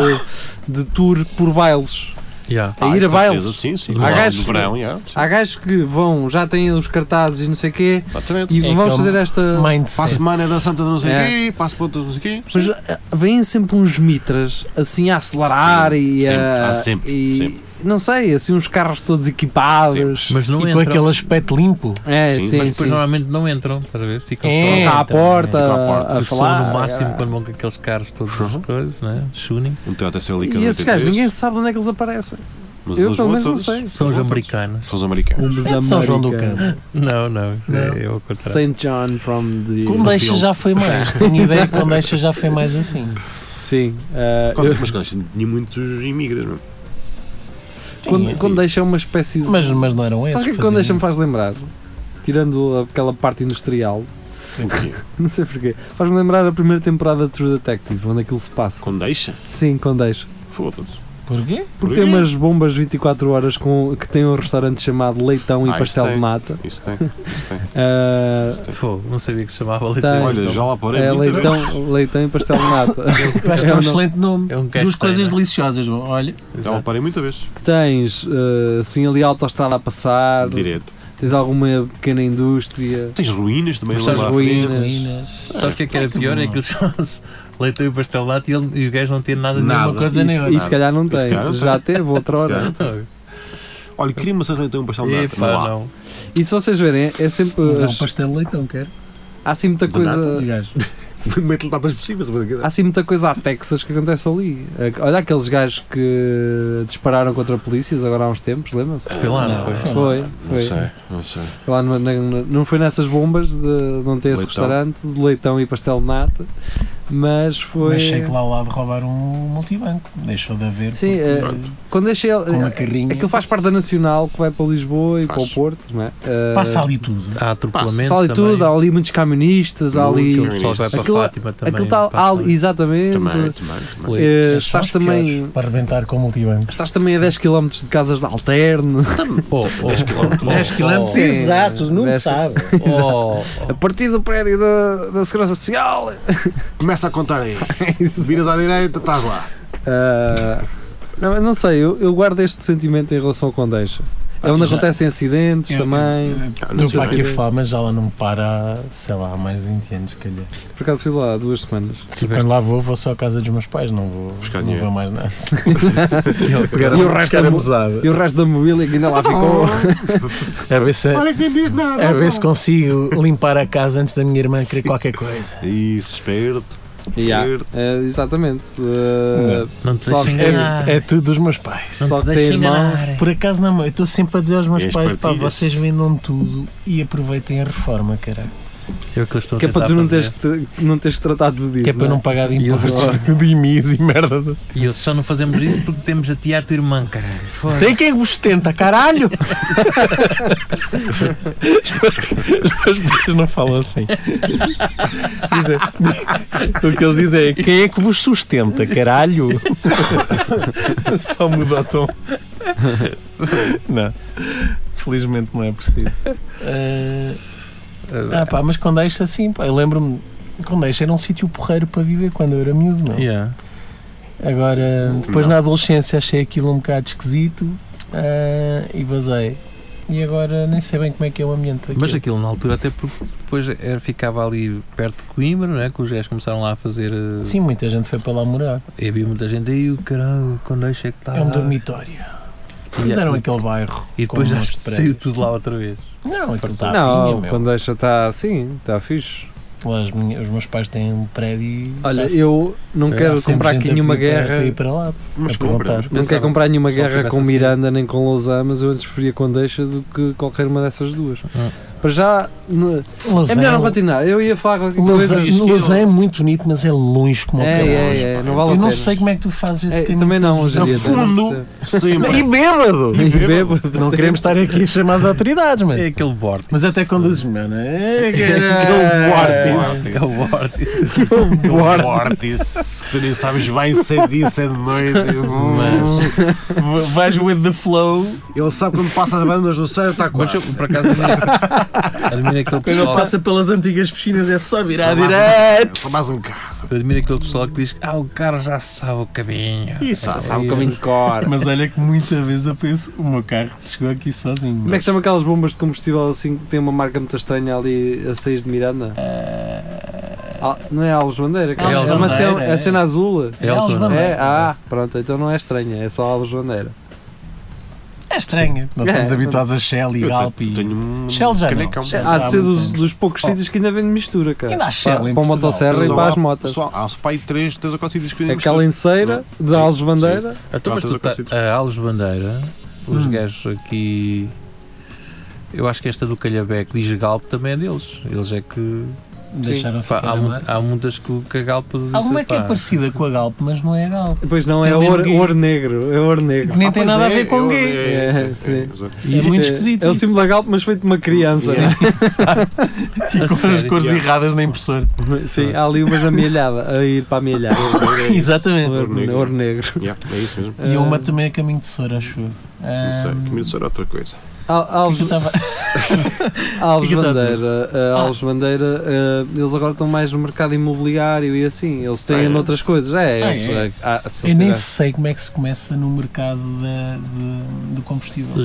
[COUGHS]
de tour por bailes.
Yeah.
A ir a
certeza,
bailes.
Sim, sim.
Há
Lá
gajos-
No verão, yeah.
Há gajos que vão, já têm os cartazes e não sei o quê,
Exatamente.
e
É
vão
aquele
fazer esta.
Mindset.
Para a semana da Santa de não sei o
É.
quê, para a semana de não sei o quê.
Mas ah, vêm sempre uns mitras assim a acelerar
Sim,
e
sempre.
a.
Há sempre,
e-
sempre.
Não sei, assim uns carros todos equipados.
Mas não
E com
entram.
aquele aspecto limpo.
É,
Sim,
sim,
mas depois
sim.
normalmente não entram, estás a ver? Ficam
É,
só
Cá à
Então,
porta,
ficam à
a
Eu sou
falar.
no máximo
Ah.
quando vão com aqueles carros todos
Uhum.
as coisas, né? Chuning.
Um Toyota Celica
É. E esses gajos,
93,
ninguém sabe de onde é que eles aparecem.
mas
Eu
eles
pelo
vão
menos não
todos.
sei.
São os
São
americanos.
São os americanos.
Umbos
É de São João do
americanos.
Campo.
Não, não. isso É o contrário.
St. John from the.
Com deixa já foi mais. Tenho ideia que com deixa já foi mais assim.
Sim. ah,
Quando,
eu-
mas quando isto tinha muitos imigrantes, não é?
quando,
Sim.
quando deixa é uma espécie de.
Mas, mas não eram esses.
Sabe o que é que
faziam
quando deixa me
isso.
faz lembrar? Tirando aquela parte industrial,
O quê?
[LAUGHS] não sei porquê, faz-me lembrar a primeira temporada de True Detective, onde aquilo se passa.
Quando deixa?
Sim, com deixa.
Foda-se.
Porquê?
Porque tem umas bombas 24 horas com, que tem um restaurante chamado Leitão e
Ah, isso
Pastel de
tem.
Nata.
Isso tem, isso tem.
Ah,
Fogo, não sabia que se chamava
Tá.
leitão.
Olha, já lá porém.
é Leitão, Leitão e Pastel de Nata.
Eu acho que é
É
um
um
excelente nome.
É um gajo
Duas
que tem,
coisas
né?
deliciosas. bom, Olha,
Já lá parei muita vez.
Tens ah, assim ali a autostrada a passar,
Direto.
tens alguma pequena indústria.
Tens ruínas também
Mas
lá
tens
à
ruínas.
frente.
meninas.
Sabes o que é que era
Muito
pior? É
bom.
que eles chamavam-se leitão e pastel de nata e, ele- e o gajo não tinha nada de
Nada.
Uma coisa
E
nem
se-
outra.
e se calhar não tem,
calhar não
já teve outra hora.
nenhuma.
Olha, queria uma sessão então um pastel de nata.
Então, Epá,
Não há.
não.
E se vocês verem, é sempre.
Mas é um pastel de leitão, quer?
Há assim muita
De
coisa.
Gajo.
Mete-lhe tapas possíveis. mas-
Há assim muita coisa à Texas que acontece ali. Eh, Olha aqueles gajos que dispararam contra polícias agora há uns tempos, lembram-se?
Foi lá, não,
Não,
foi?
foi.
Foi,
Não
foi.
sei, não sei.
Lá no- na- na- não foi nessas bombas de, de onde tem esse
Leitão.
restaurante, de leitão e pastel de nata, mas foi.
Mas sei que lá ao lado roubaram um multibanco. Deixou de haver.
Sim,
porque-
eh, Quando deixei.
com uma carrinha.
Aquilo faz parte da Nacional que vai para Lisboa e
Faz.
para o Porto, não é? Eh,
Passa ali tudo.
Há atropelamentos
Só ali
também.
tudo, há ali muitos camionistas, há ali.
O pessoal que vai para
Aquilo-
Fátima também.
Aquilo está
passa
ali, [LAUGHS]
ali.
exatamente.
Também, também, também.
Leite.
Eh,
Esses são
estás
os piores
também.
Para arrebentar com o multibanco.
Estás também a 10 km de casas de alterno.
Oh, oh, 10 km.
10 quilómetros,
sim.
exato, não
Dez-
sabe.
[LAUGHS]
[LAUGHS] Oh,
A partir do prédio da, da Segurança Social.
Começa a contar [LAUGHS] aí. Viras à direita, estás lá.
Ah, não, mas não sei, eu, eu guardo este sentimento em relação ao Condeixa. É onde
já-
acontecem acidentes
Eu-
também.
Ah,
sei
Estou para
se-
aqui a falar, mas já lá não para, há, sei lá, há mais de 20 anos, se calhar.
Por acaso fui lá há duas semanas.
Se quando lá vou, vou só à casa dos meus pais, não vou,
Buscar
não
dinheiro.
vou mais nada.
E o resto da mo-
mesada.
E o resto da mobília que ainda lá ficou.
A É ver se,
Olha que nem diz nada.
a ver se consigo limpar a casa antes da minha irmã querer qualquer coisa.
Isso, esperto.
Yeah.
Esperto.
[LAUGHS] É, exatamente. Ah,
Não te
Só
deixes
que-
enganar.
É tudo dos meus pais.
Não
só
te
que
deixes
tem irmãos.
enganar.
Por acaso não, eu estou sempre a dizer aos meus
E as
pais, pá,
partilhas?
vocês vendam tudo e aproveitem a reforma, caralho.
É o que eles estão a
Que é para
tentar
tu não
fazer.
teres, que tra- não teres que tratar tudo disso.
Que é para
não
não pagar de
E eles-
impostos de IMIs e merdas assim.
E eles só não fazemos isso porque temos a ti e a tua irmã, caralho. Foda.
Tem quem vos sustenta, caralho! Os meus pais não falam assim. Dizem- o que eles dizem é: quem é que vos sustenta, caralho? Só muda o tom. Não, felizmente não é preciso. Eh, Ah, pá, mas quando deixa assim, pá, eu lembro-me. Quando deixa era um sítio porreiro para viver quando eu era miúdo, não.
Yeah.
Agora, depois na adolescência achei aquilo um bocado esquisito ah, e vazei. E agora nem sei bem como é que é o ambiente daquilo.
Mas aquilo na altura, até porque depois era- ficava ali perto de Coimbra, não é? que os gajos começaram lá a fazer. eh,
Sim, muita gente foi para lá morar.
E havia muita gente aí, o caralho, quando deixa que está.
É um dormitório.
é
Fizeram um aquele bairro.
E depois
com
já
uns
saiu
prédios.
tudo lá outra vez.
Não, aquilo está
não,
assim, meu.
quando deixa está assim, está fixe.
Lá as minhas- os meus pais têm um prédio e
Olha,
está-
eu não
há
quero
sempre
comprar
gente
aqui
a pedir
nenhuma
para-
guerra.
para ir para lá.
Mas
A
compra.
perguntar.
Não
Pensava-
quero comprar nenhuma
só
guerra
tivesse
com
assim.
Miranda nem com Lousã, mas eu antes preferia com Deixa do que qualquer uma dessas duas.
Ah.
Para já, no- é
Lousã-
melhor não continuar. Eu ia falar qualquer
Lousã,
coisa.
Lousã é muito bonito, mas é longe como o
É,
caralho.
é, é, não vale a
Eu
pena.
não sei como é que tu fazes esse
É,
caminho.
também não,
todo.
hoje em
No
dia também não
fundo,
percebo.
Sempre.
E bêbado!
E bebo.
Não queremos estar aqui a chamar as autoridades, mas.
É aquele vórtice.
Mas até quando dizes, mano, é.
Aquele
É
vórtice. É
aquele vórtice.
Aquele vórtice. Tu nem sabes bem se é dia, se é de noite. Mas...
Vais with the flow.
Ele sabe quando passa as bandas do céu, tá está
Mas
quase.
eu, por [LAUGHS] acaso, admiro, admiro aquele pessoal.
pelas antigas piscinas é só
Só mais um- Só mais um bocado.
Eu admiro aquele pessoal que diz ah, o cara já sabe o caminho.
E sabe,
Sabe o
é
caminho de cor.
Mas olha que muita vez eu penso, o meu carro chegou aqui sozinho.
Como é que se chama aquelas bombas de combustível assim que tem uma marca muito estranha ali a 6 de Miranda? Al- não é Alves Bandeira? cara?
Alves
é uma
Bandeira,
cena, é
é.
cena azul.
É Alves Bandeira.
É, ah, pronto, então não é estranha, é só Alves Bandeira.
É estranho. Nós
É.
estamos habituados a Shell e
Eu
Galp
tenho-
e.
tenho um
Shell já não.
canecão.
Shell-
Há de ser dos,
muito.
dos poucos sítios que ainda vende mistura, cara.
Ainda há Shell
para
em
para a
Portugal.
motosserra e
Só
para as
há-
motas. É
Só há pai 3, 3 ou 4 sítios que
Aquela enceira de
Sim,
Alves Bandeira.
Então, mas
Notas
tu tá,
acontecidas.
a Alves Bandeira, os
Hum.
gajos aqui. Eu acho que esta do Calhabeco e Galp também é deles. Eles é que.
Deixaram
Pá,
ficar.
há,
não é?
mu- há muitas que, o- que a Galp disse.
Alguma é que é
pá,
parecida com a Galp, mas não é a Galp.
Pois não, é
Tem
ouro,
mesmo gay.
ouro negro. É ouro negro.
Que nem
Ah,
tem nada a ver com gay.
É, sim.
É muito
É-
esquisito.
É o
isso.
símbolo da Galp, mas feito de uma criança.
Sim.
E [LAUGHS] com
A
as
sério,
cores
yeah.
erradas na impressora.
é? Sim, há ali umas amelhada, a ir para a amelhada.
[LAUGHS] Exatamente.
Ouro negro. Ouro negro. Eh,
É isso mesmo.
E uma também é caminho de Soura, acho eu.
Não sei,
Ahm,
que me era outra coisa.
Al-
[LAUGHS] o que é que eu
Alves,
tava-
Alves
que é que está a dizer? Ah.
Bandeira, eh, Alves Bandeira, eh, eles agora estão mais no mercado imobiliário e assim, eles têm
Ah, é?
noutras coisas. É,
Ah,
eles,
é?
eh, há- se
Eu nem
tiver-
sei como é que se começa no mercado da- de- do combustível.
das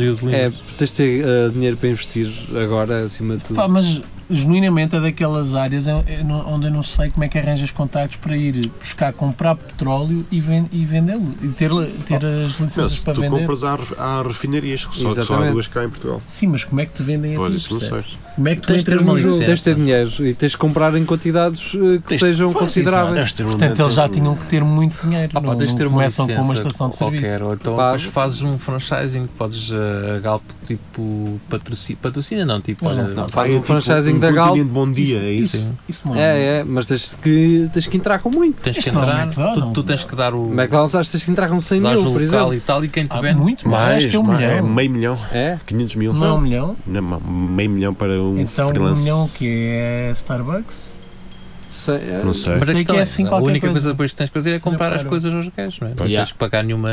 É,
gasolinas.
tens de ter eh, dinheiro para investir agora, acima de
Pá,
tudo.
mas genuinamente é daquelas áreas em- em- onde eu não sei como é que arranjas contactos para ir buscar, comprar petróleo e, ven- e vendê-lo. E ter, ter as
Oh, Mas
licenças para
tu
vender.
compras há, há refinarias, que só, que só há
Exatamente.
duas cá em Portugal.
Sim, mas como é que te vendem a
Pois,
ti?
isso não
percebes?
sei.
Como é que tu
Tens de ter
entras
uma
no
licença.
jogo?
Tens de ter dinheiro e tens de comprar em quantidades eh, que
Tens-
sejam
Pois,
consideráveis.
Tens de ter um-
Portanto, eles já tinham que ter muito dinheiro.
Ah, pá,
não,
tens de ter
não
uma
começam com uma
licença
estação de
qualquer,
serviço.
ou então
Pá.
fazes um franchising que podes eh, a Galp tipo patrocina, patrocina não, tipo
Não,
olha,
não,
pá,
faz
Ah,
um
é tipo
franchising
um
da Galp.
continente Bom dia, é isso.
Isso, isso não é.
É, é, mas tens que, tens que entrar com muito.
tens que
Isto não é
entrar, tu,
McDonald's,
tu tens que dar o
McDonald's acho que tens que entrar com 100
dás um
mil,
o
por
local
exemplo.
e tal e quem te
Há
vende
muito mais, que um
mais,
milhão.
é meio milhão,
É?
500 mil.
Não é um milhão?
Não, não, meio milhão para um
Então um
freelance.
milhão que é Starbucks?
Sei, é,
Não sei.
Mas a
Sei
questão
que é
é,
assim
a
qualquer
única coisa.
coisa.
depois que tens que fazer é
Se não
comprar as
param.
coisas aos gajos, não é? Não
Yeah.
Tens que pagar nenhuma.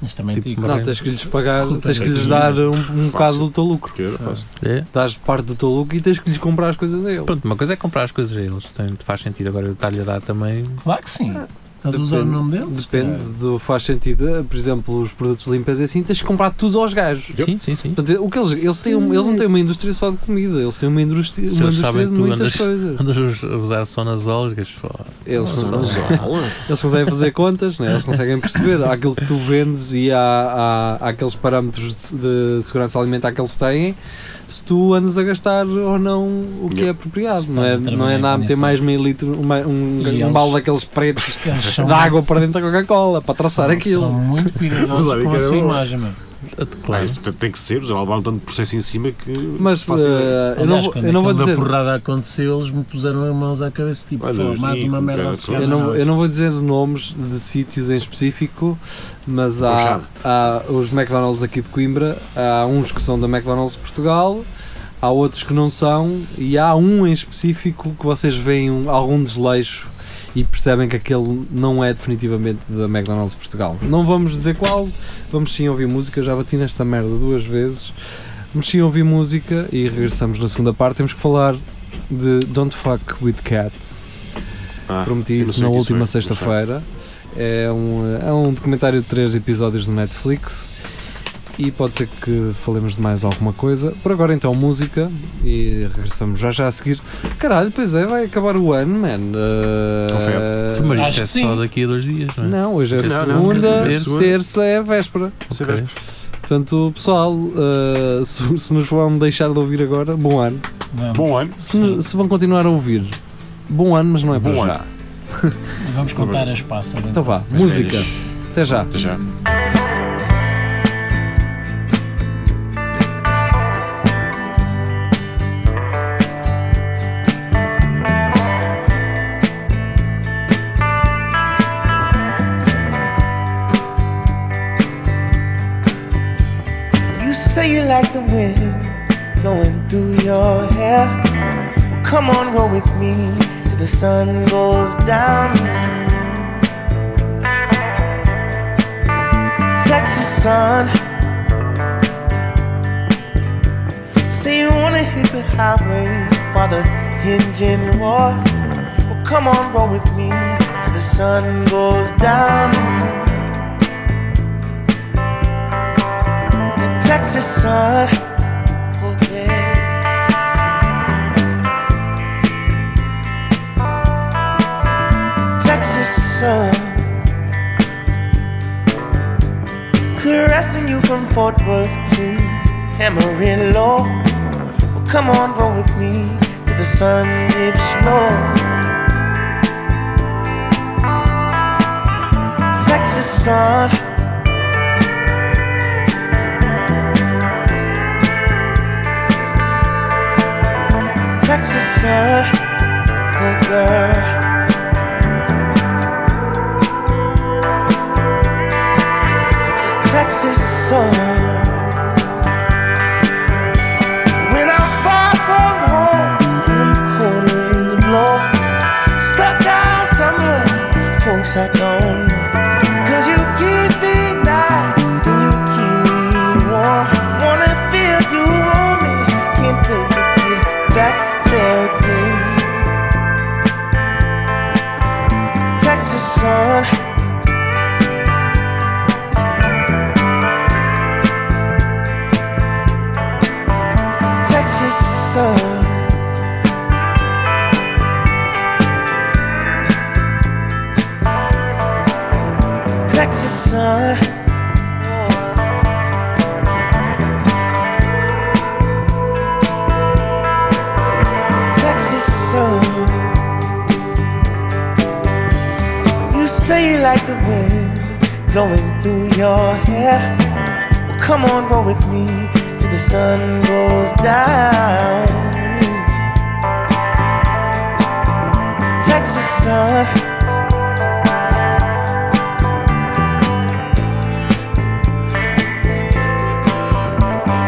Mas também
Tipo,
digo.
Não, tens que lhes pagar,
Puta,
tens que lhes
tens
dar
que-
um, um bocado do teu lucro.
Que era, fácil.
Ah.
É?
Dás parte do teu lucro e tens que lhes comprar as coisas dele.
Pronto, uma coisa é comprar as coisas a eles, tem- faz sentido agora eu estar-lhe a dar também.
Claro que sim. Estás a usar o
Ah, Depende-
nome deles?
É.
Depende do faz sentido. Por exemplo, os produtos limpos é assim, tens que comprar tudo aos gajos.
Sim, sim, [LAUGHS] sim.
Portanto, o que eles, eles, têm, um- eles não têm uma indústria só de comida, eles têm uma indústria,
Se
uma
eles sabem
indústria de
que tu
muitas
andas-
coisas.
Andas a usar sonazol, que fala.
Eles,
Sonazol.
eles conseguem fazer contas, né? eles conseguem perceber há aquilo que tu vendes e há, há, há aqueles parâmetros de, de segurança alimentar que eles têm, se tu andas a gastar ou não o que é
Yeah.
apropriado.
Estão
Não é,
a trabalhar
não é nada a
com
meter
isso.
mais meio litro, uma- um, um
E eles-
balde daqueles pretos
Eles são-
de água para dentro da Coca-Cola para traçar
são-
aquilo.
São muito cuidadosos
Sabe
com
que
a
era
sua
bom.
imagem, mano.
Claro.
Tem- Tem que ser, já levaram tanto processo em cima que.
Mas
faço ideia.
eh, eu não,
Aliás,
vou-
quando é
eu não vou
aquela
dizer.
porrada aconteceu, eles me puseram as mãos à cabeça, tipo,
Olha,
pô,
os
mais uma
ricos,
merda
cara,
a
pronto.
chegar.
Eu não, eu não vou dizer nomes de sítios em específico, mas há,
Puxado.
há os McDonald's aqui de Coimbra, há uns que são da McDonald's Portugal, há outros que não são, e há um em específico que vocês veem um- algum desleixo e percebem que aquele não é definitivamente da McDonald's Portugal. Não vamos dizer qual, vamos sim ouvir música, já bati nesta merda duas vezes. Vamos sim ouvir música e regressamos na segunda parte. Temos que falar de Don't Fuck with Cats.
Ah,
Prometi
eu não
isso
sei
na
o que é,
última
não sei.
sexta-feira. É um, é um documentário de três episódios do Netflix. E pode ser que falemos de mais alguma coisa. Por agora, então, música. E regressamos já já a seguir. Caralho, pois é, vai acabar o ano, man. Ah,
Confere.
Mas
Acho
isso é
que sim.
só daqui a dois dias, não é?
Não, hoje é
Não, não,
segunda,
é segunda.
terça é véspera.
Você
Ok.
vê?
Portanto, pessoal, ah, se, se nos vão deixar de ouvir agora, bom ano.
Vamos,
Bom ano.
Se, se vão continuar a ouvir, bom ano, mas não é para
Bom
já.
ano.
vamos contar as passas.
Então
Então.
vá,
Mas
música.
é
Até já.
Até já.
You say you like the wind blowing through your hair. Well, come on, roll with me till the sun goes down. Texas sun. Say you wanna hit the highway while the engine roars. Well, come on, roll with me till the sun goes down. Texas sun. Oh, yeah. Texas sun. Caressing you from Fort Worth to Amarillo. Well, come on, roll with me till the sun dips low. Texas sun. Texas sun, oh girl. Texas sun. When I'm far from home and them cold winds blow, stuck out somewhere, to folks I don't know. Cause you keep me nice and you keep me warm. Wanna feel you on me, can't wait to get back there again. Texas sun. Texas sun. Texas sun. Texas sun. You say you like the wind blowing through your hair. Well, come on, roll with me till the sun goes down. Texas sun.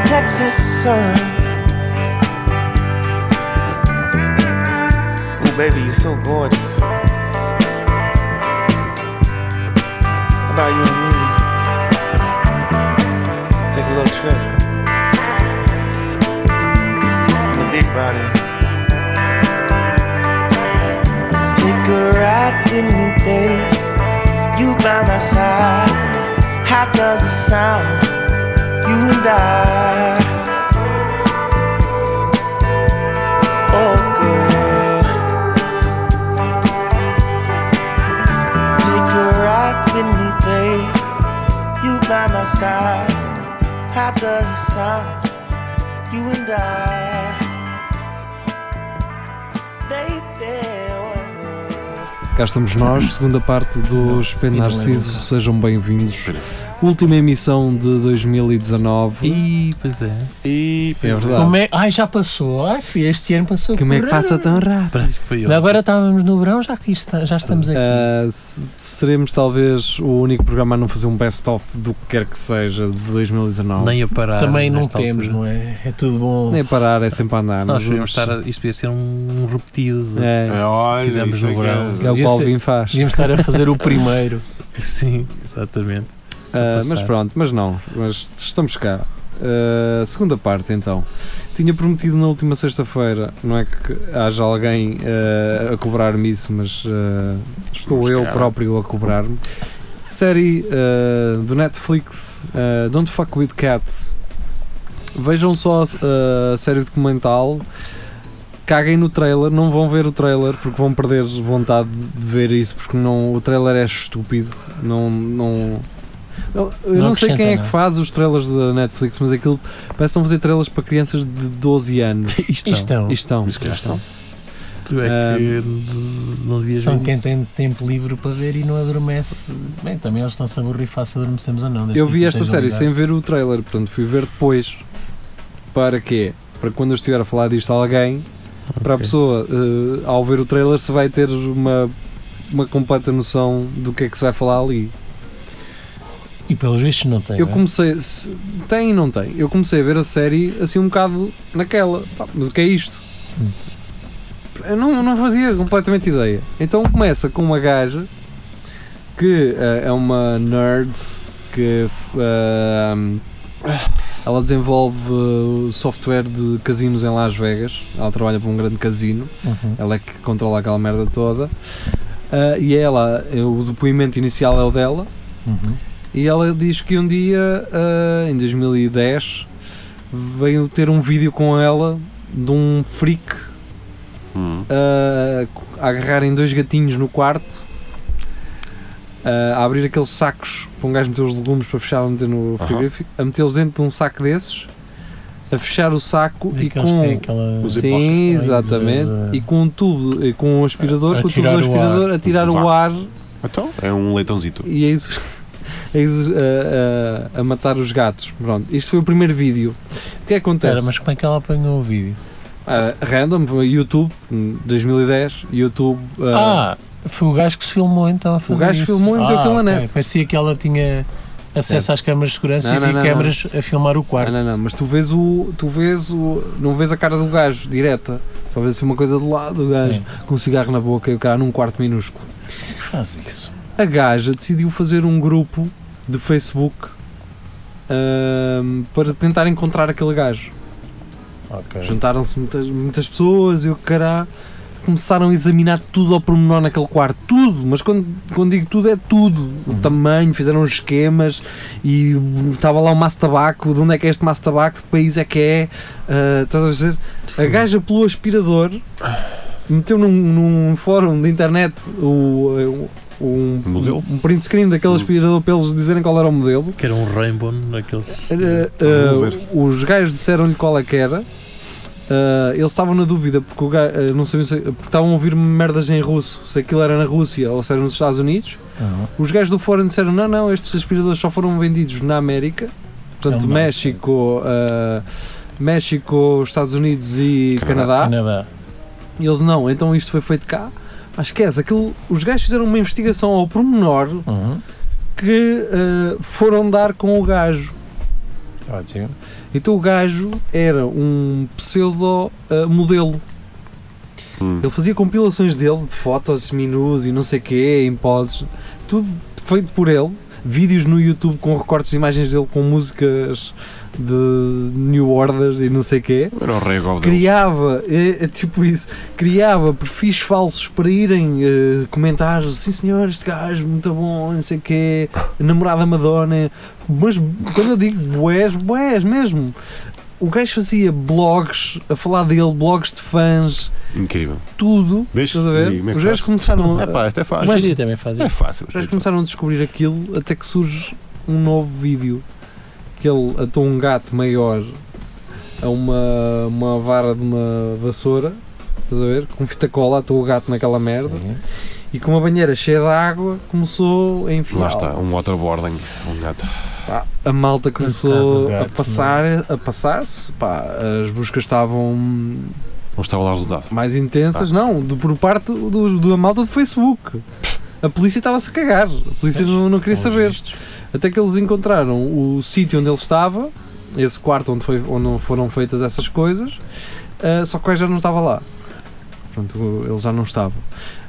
Texas sun. Oh, baby, you're so gorgeous. How about you and me? Take a little trip. In the big body. Take a ride with me, babe. You by my side. How does it sound? you and I. Oh, girl. Take a ride with me, babe. You by my side. How does it sound? You and I. Baby. oh.
Cá estamos nós, segunda parte do Espelho
e não é
Narciso.
nunca.
Sejam bem-vindos. Última emissão de 2019.
Ih, pois é.
E
É verdade.
Como é? Ai, já passou. Ai, fi, este ano passou.
Como é que passa tão rápido?
Parece que foi eu.
Agora estávamos no verão, já, que está, já estamos aqui.
Ah, se- seremos talvez o único programa a não fazer um best-of do que quer que seja de 2019.
Nem a parar.
Também não
nesta
temos,
altura.
não é? É tudo bom.
Nem parar, é sempre a andar.
Nós
mas
podíamos
vamos-
estar. a- Isto podia ser um repetido. de-
É,
Ah,
É, olha,
Fizemos
isso
no
é que
verão.
é-
que é o que
Devia
o
ser-
Alvin faz.
Devíamos estar a fazer o primeiro.
Sim, exatamente.
Ah, mas
passar.
pronto, mas não. Mas estamos cá. Uh, segunda parte, então. Tinha prometido na última sexta-feira, não é que haja alguém uh, a cobrar-me isso, mas uh, estou
Mas
eu
calhar.
próprio a cobrar-me. Série uh, do Netflix, uh, Don't Fuck With Cats. Vejam só uh, a série documental. Caguem no trailer, não vão ver o trailer porque vão perder vontade de ver isso porque não, o trailer é estúpido. Não, não, eu eu
Não
não, sei quem
acrescenta
é que
nada.
faz os trailers da Netflix, mas aquilo parece que estão a fazer trailers para crianças de 12 anos.
[LAUGHS]
Isto,
Isto não.
E estão.
Mas que já estão.
Tu
Ah.
é que não devias
São
ver
quem
isso.
tem tempo livre para ver e não adormece. Bem, também eles estão-se a borrifar se adormecemos ou não. desde
Eu
que
vi
tu
esta
tens a
série
lidar.
sem ver o trailer, portanto fui ver depois. Para quê? Para quando eu estiver a falar disto a alguém, para a
Ok.
pessoa, eh, ao ver o trailer, se vai ter uma, uma completa noção do que é que se vai falar ali.
E pelos vistos não tem.
Eu
não é?
comecei. se- Tem e não tem. Eu comecei a ver a série assim um bocado naquela. Pá, mas o que é isto?
Hum.
Eu não, não fazia completamente ideia. Então começa com uma gaja que eh, é uma nerd que eh, ela desenvolve eh, o software de casinos em Las Vegas. Ela trabalha para um grande casino.
Uhum.
Ela é que controla aquela merda toda. Ah, e ela, eh, o depoimento inicial é o dela.
Uhum.
E ela diz que um dia, ah, em 2010, veio ter um vídeo com ela de um freak
Hum.
ah, a agarrarem dois gatinhos no quarto, ah, a abrir aqueles sacos para um gajo meter os legumes para fechar, a meter no frigorífico, a metê-los dentro de um saco desses, a fechar o saco
E
e
que eles têm
com. um
aquela.
Os
Sim,
hipócritas.
exatamente.
Ah.
E com um tubo, e com um aspirador,
A- a
com o tubo do
tirar o ar.
aspirador, a tirar o
vácuo.
ar
Então, é um leitãozito.
e [LAUGHS] é eis, eis eh, a, a- a matar os gatos. Pronto, isto foi o primeiro vídeo. O que é que acontece?
Espera, mas como é que ela apanhou o vídeo?
Ah, random, foi YouTube, hum, 2010, YouTube. ah,
Ah, foi o gajo que se filmou então a fazer
gajo
isso.
filmou e meteu
ah,
aquilo na
ok.
net.
Parecia que ela tinha acesso às câmaras de segurança
Não,
e
não,
vi
não,
câmaras a filmar o quarto.
não, não, não, mas tu vês o. Tu vês o. Não vês a cara do gajo direta. Só vês assim uma coisa de lado, o gajo
Sim.
com um cigarro na boca e o cara num quarto minúsculo.
Faz isso.
A gaja decidiu fazer um grupo de Facebook ahm, para tentar encontrar aquele gajo.
Ok.
Juntaram-se muitas, muitas pessoas e o cará. Começaram a examinar tudo ao pormenor naquele quarto, tudo, mas quando, quando digo tudo é tudo. O tamanho, fizeram os esquemas e estava lá o maço de tabaco, de onde é que é este maço de tabaco, que país é que é. ah, estás a dizer? A gaja pelo aspirador meteu num, num fórum de internet o, o- um,
Modelo?
um print screen daquele aspirador para eles dizerem qual era o modelo.
Que era um rainbow naqueles.
Era,
Vamos
ah, os gajos disseram-lhe qual é que era. Ah, eles estavam na dúvida porque, o ga- ah, não sabiam se- porque estavam a ouvir merdas em russo, se aquilo era na Rússia ou se era nos Estados Unidos.
Uhum.
Os gajos do fórum disseram: não, não, estes aspiradores só foram vendidos na América, portanto,
É uma-
México, ah, México, Estados Unidos e Canadá.
Canadá.
E eles: não, então isto foi feito cá. Mas esquece, aquilo, os gajos fizeram uma investigação ao pormenor
Uhum.
que ah, foram dar com o gajo.
Ótimo.
Então o gajo era um pseudo ah, modelo.
Hum.
Ele fazia compilações dele de fotos, menus e não sei quê, em poses, tudo feito por ele. Vídeos no YouTube com recortes de imagens dele com músicas de New Order e não sei quê.
Era o rei Gobdel.
Criava, é, é tipo isso, criava perfis falsos para irem eh, comentar, sim senhor, este gajo, muito bom, não sei o quê, namorada Madonna, mas quando eu digo boés, boés mesmo. O gajo fazia blogs a falar dele, blogs de fãs,
Incrível.
tudo.
Deixa
Estás a ver?
e como é que
Os gajos
faz?
começaram a,
É pá, isto é fácil.
Hoje em dia também faz
é
isso.
fácil.
os
isto é
gajos começaram a descobrir aquilo até que surge um novo vídeo que ele atou um gato maior a uma, uma vara de uma vassoura, estás a ver? Com fita cola, atou o gato naquela merda
Sim.
e com uma banheira cheia de água começou a
fácil. Lá
enfiar.
está, um waterboarding, um gato.
Pá, a malta
Coitado
começou
do gato, é?
a passar a passar-se, pá, as buscas estavam
Não estava lá o resultado.
mais intensas, não, de- por parte do, da malta do Facebook. A polícia estava-se a cagar, a polícia não, não queria
Pelos
saber.
vistos.
Até que eles encontraram o sítio onde ele estava, esse quarto onde, foi, onde foram feitas essas coisas, ah, só que o gajo já não estava lá. Pronto, o- ele já não estava.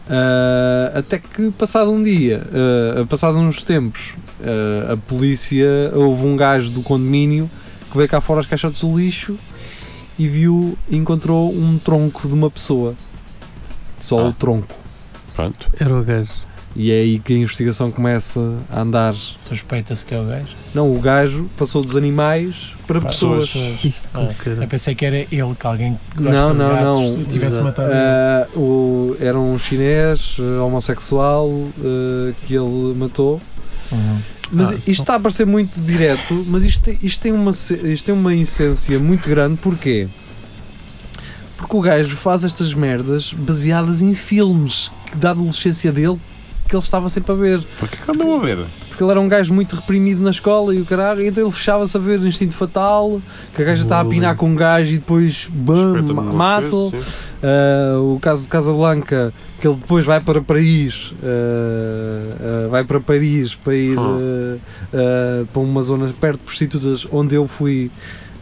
Ah, até que passado um dia, ah, passado uns tempos, ah, a polícia, houve um gajo do condomínio que veio cá fora aos caixotes do lixo e viu, encontrou um tronco de uma pessoa. Só
Ah.
o tronco.
Pronto.
Era o gajo.
E é aí que a investigação começa a andar.
Suspeita-se que é o gajo.
Não, o gajo passou dos animais para
Para
pessoas.
pessoas.
Ih,
Ah,
como que era?
Eu pensei que era ele, que alguém que gosta
Não,
de
não,
gatos
não.
tivesse
Exato.
matado.
Ah, o, era um chinês eh, homossexual eh, que ele matou.
Uhum.
Mas
Ah,
isto está a parecer muito direto, mas isto, tem- isto, tem uma, ce- isto tem uma essência muito grande, porquê? Porque o gajo faz estas merdas baseadas em filmes que da adolescência dele que ele estava sempre a ver.
Porque que andam a ver?
Porque ele era um gajo muito reprimido na escola e o caralho, então ele fechava-se a ver Instinto Fatal, que a gaja está a
Ui.
pinar com um gajo e depois
Espeta-me
bam,
uma
mato.
coisa, sim.
Ah, o caso de Casablanca, que ele depois vai para Paris, ah, ah, vai para Paris para ir
Hum.
ah, ah, para uma zona perto de prostitutas onde eu fui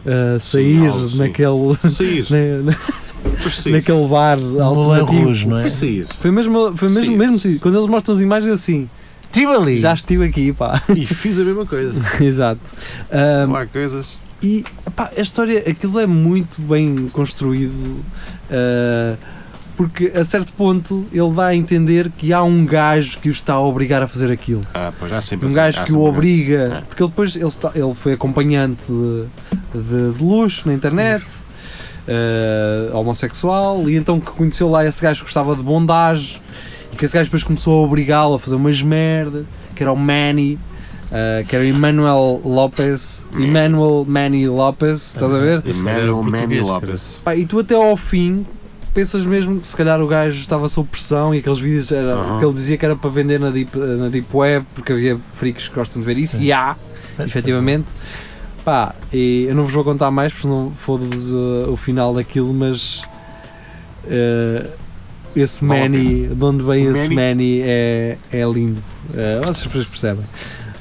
ah, sair
algo, sim.
naquele, [LAUGHS]
Sair.
na- na-
Depois sair.
naquele bar
Moulin Rouge,
alternativo.
não é?
Foi sair.
Foi mesmo, foi mesmo,
Sim.
mesmo sim. Quando eles mostram as imagens, eu assim,
Estive ali.
já estive aqui, pá. [LAUGHS]
E fiz a mesma coisa.
Exato. Ah,
Lá coisas.
E pá, a história, aquilo é muito bem construído, ah, porque a certo ponto ele dá a entender que há um gajo que o está a obrigar a fazer aquilo.
Ah, pois já sempre.
Um
assim,
gajo
há
que o
sempre um gajo.
obriga,
É.
porque ele depois ele, está- ele foi acompanhante de, de- de luxo na internet, ah, homossexual, e então que conheceu lá esse gajo que gostava de bondage, e que esse gajo depois começou a obrigá-lo a fazer umas merda, que era o Manny, ah, que era o Emmanuel Lopes,
É.
Emmanuel Manny Lopes, estás a ver?
Esse gajo era
um
Mero um Manny
português,
Lopes.
Pá, e tu até ao fim pensas mesmo que se calhar o gajo estava sob pressão e aqueles vídeos era,
Aham.
que ele dizia que era para vender na Deep, eh, na deep Web porque havia freaks que gostam de ver isso
Sim.
e há,
Mas,
efetivamente. Pá, e eu não vos vou contar mais porque não fodo-vos uh, o final daquilo, mas uh, esse
Vale a
Manny, de onde vem
O
esse
Manny-
Manny é, é lindo. Uh, vocês depois percebem.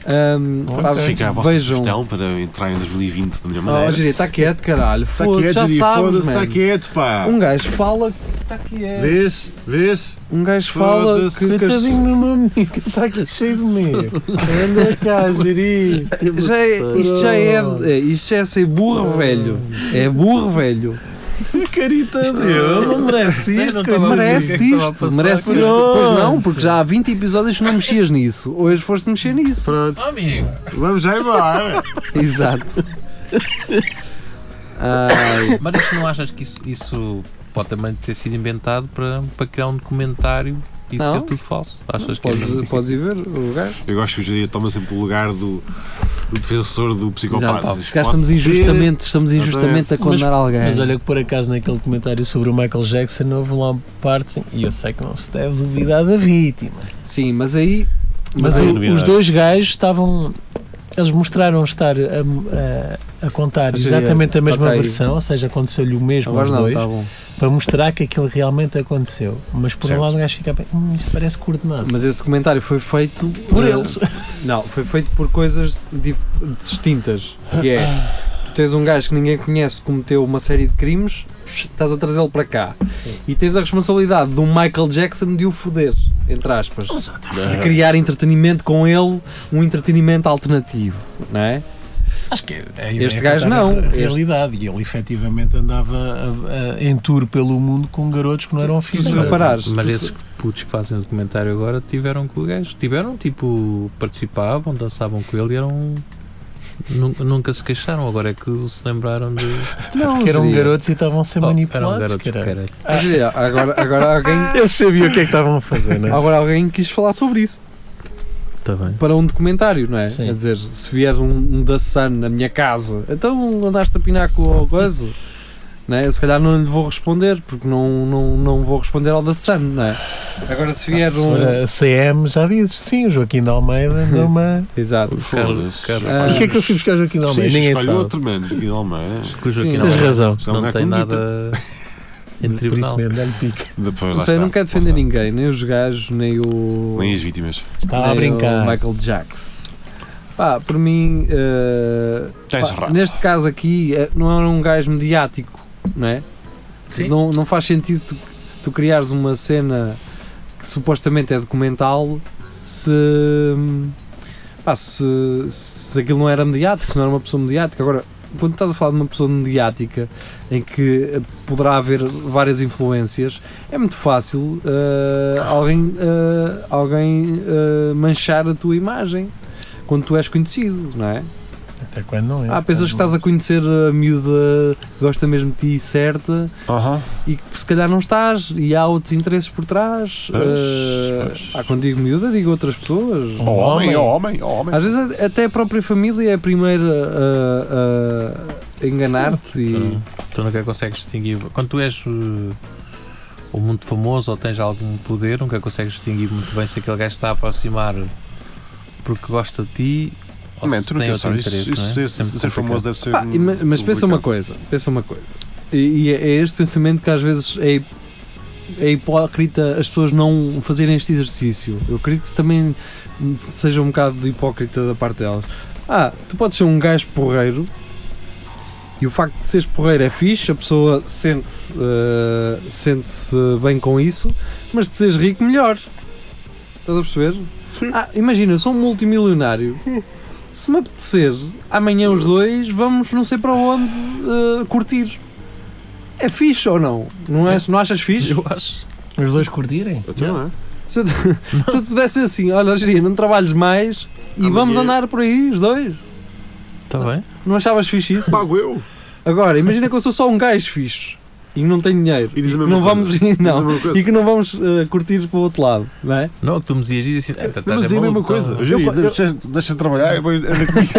Um,
Ok.
pá,
então Fica a vossa
vejam.
sugestão para entrar em 2020 da melhor
Oh,
maneira.
Giri, está quieto, caralho.
Está
Foda-se,
Tá quieto,
já
Giri,
sabes,
foda-se, tá está
mano.
quieto, pá.
Um gajo fala que está quieto.
Vês? Vês?
Um gajo fala
Foda-se.
que. que-
Coitadinho do meu amigo, está aqui cheio de medo. Anda cá, geri.
Já é, isto já é, é, isto já é ser
Ah.
burro velho. É burro velho.
Carita dele, não merece
Nem
isto.
não estava a
coitadinho.
dizer
Merece
o que é que estava a
isto,
passar,
merece isto.
caralho.
Pois não, porque já há 20 episódios que não mexias nisso. Hoje foste mexer nisso.
Pronto,
Oh, amigo.
vamos já embora.
[LAUGHS]
Exato. Ai,
Mas isso não achas que isso, isso pode também ter sido inventado para, para criar um documentário e
Não.
ser tudo falso? Achas que é
podes, podes ir ver o gajo?
Eu gosto que o Jair toma sempre o lugar do, do defensor do psicopata.
Se calhar estamos injustamente, estamos injustamente a condenar alguém.
Mas olha que por acaso naquele comentário sobre o Michael Jackson houve lá partes, em- e eu sei que não se deve duvidar da vítima,
Sim, mas aí.
mas
Não
o-
é novidade.
os dois gajos estavam, eles mostraram estar a, a- a contar
Mas,
exatamente a mesma
ok.
versão, ou seja, aconteceu-lhe o mesmo
Agora
aos
não, tá.
dois,
está bom.
para mostrar que aquilo realmente aconteceu. Mas por
Certo.
um lado o gajo fica bem, hum, isto parece coordenado.
Mas esse comentário foi feito
Por
eh,
eles.
Não, foi feito por coisas dif- distintas. Que é, tu tens um gajo que ninguém conhece que cometeu uma série de crimes, estás a trazê-lo para cá.
Sim.
E tens a responsabilidade de um Michael Jackson de o foder, entre aspas. De
injustamente.
criar entretenimento com ele, um entretenimento alternativo, não é?
[LAUGHS] Acho que é, é-
Este
é
gajo
contar
não.
A
Este-
realidade. E ele efetivamente andava a- a- em tour pelo mundo com garotos que não eram filhos.
Se
dele.
reparares,
Mas
tu-
esses putos que fazem o documentário agora tiveram com o gajo. Tiveram, tipo, participavam, dançavam com ele e eram. nun- Nunca se queixaram, agora é que se lembraram de.
não,
Que eram
Jeria.
garotos e estavam a ser
Oh, eram
manipulados.
garotos,
caralho.
caralho.
Mas, Jeria, Agora, agora, alguém,
Eles sabiam o que é que estavam a fazer, não é?
agora alguém quis falar sobre isso.
Está Tá bem.
para um documentário, não é?
Sim.
Quer dizer, se vier um, um da Sun na minha casa, então andaste a pinar com o coisa, não é? Eu se calhar não lhe vou responder, porque não, não, não vou responder ao da Sun, não é? Agora se vier
Ah, Se
um.
for a CM, já dizes. Sim, o Joaquim de Almeida deu uma.
Exato.
Foda-se.
Carlos-
Ah.
Porquê é que eu fui buscar o Joaquim de
Sim,
Almeida? Ninguém
escolhe
sabe.
outro, mano. é. Joaquim de Almeida.
Que o Joaquim
Sim.
não,
Tens razão.
Isto é um
não
lugar
tem
comunista.
[LAUGHS]
nada em
Por isso
tribunal.
mesmo, dá-lhe pique.
Depois,
Não
lá
sei,
está.
não quero
Lá
defender
está.
ninguém, nem os gajos, nem o.
Nem as vítimas.
Estava Tá a
nem o
brincar.
Michael Jackson. Pá, por mim. eh,
Tens
Pá,
razão.
neste caso aqui eh, não era um gajo mediático, não é?
Sim.
Não, não faz sentido tu, tu criares uma cena que supostamente é documental se, pá, se, se aquilo não era mediático, se não era uma pessoa mediática. Agora, quando estás a falar de uma pessoa mediática em que eh, poderá haver várias influências, é muito fácil eh, alguém, eh, alguém eh, manchar a tua imagem quando tu és conhecido, não é?
Até quando não é?
Há pessoas que estás a conhecer a miúda que gosta mesmo de ti e certa
Aham.
e que se calhar não estás e há outros interesses por trás.
Pois,
Eh,
pois.
Há quando digo miúda, digo outras pessoas.
Ó Um homem,
homem.
ó homem, ó homem.
Às vezes a- até a própria família é a primeira a, a- a enganar-te e
Tu nunca consegues distinguir. Quando tu és uh, ou muito famoso ou tens algum poder, nunca consegues distinguir muito bem se aquele gajo está a aproximar porque gosta de ti ou
Man,
se
tu
tem
nunca
outro
sabes. Isso,
interesse.
isso,
não é?
ser,
Sempre
ser famoso
complicado.
deve ser. um
Pá, e ma- mas pensa uma coisa, pensa uma coisa. E, e é é este pensamento que às vezes é, hip- é hipócrita as pessoas não fazerem este exercício. Eu acredito que também seja um bocado de hipócrita da parte delas. Ah, tu podes ser um gajo porreiro e o facto de seres porreiro é fixe, a pessoa sente-se eh, sente-se bem com isso, mas de seres rico, melhor. Estás a perceber? Ah, imagina, eu sou um multimilionário. Se me apetecer, amanhã os dois vamos não sei para onde eh, curtir. É fixe ou não? Não, é, não achas fixe?
Eu acho.
Os dois curtirem?
Então, é?
Se eu, se eu te [LAUGHS] pudesse dizer assim, olha, Jeria, não trabalhes mais e
Amanhã-
vamos andar por aí os dois.
é
Tá
Está bem.
Não achavas fixe isso?
Pago eu.
Agora, imagina que eu sou só um gajo fixe e que não tenho dinheiro.
E diz a mesma
não
coisa.
vamos, [LAUGHS]
Diz a
não,
mesma coisa.
e que não vamos eh, curtir para o outro lado, não é?
Não, que tu me dizias isso assim. "Ah, estás
Mas é a mesma
maluco,
coisa.
então."
Júlio,
eu-
deixa- Deixa de trabalhar. eu vou- anda comigo.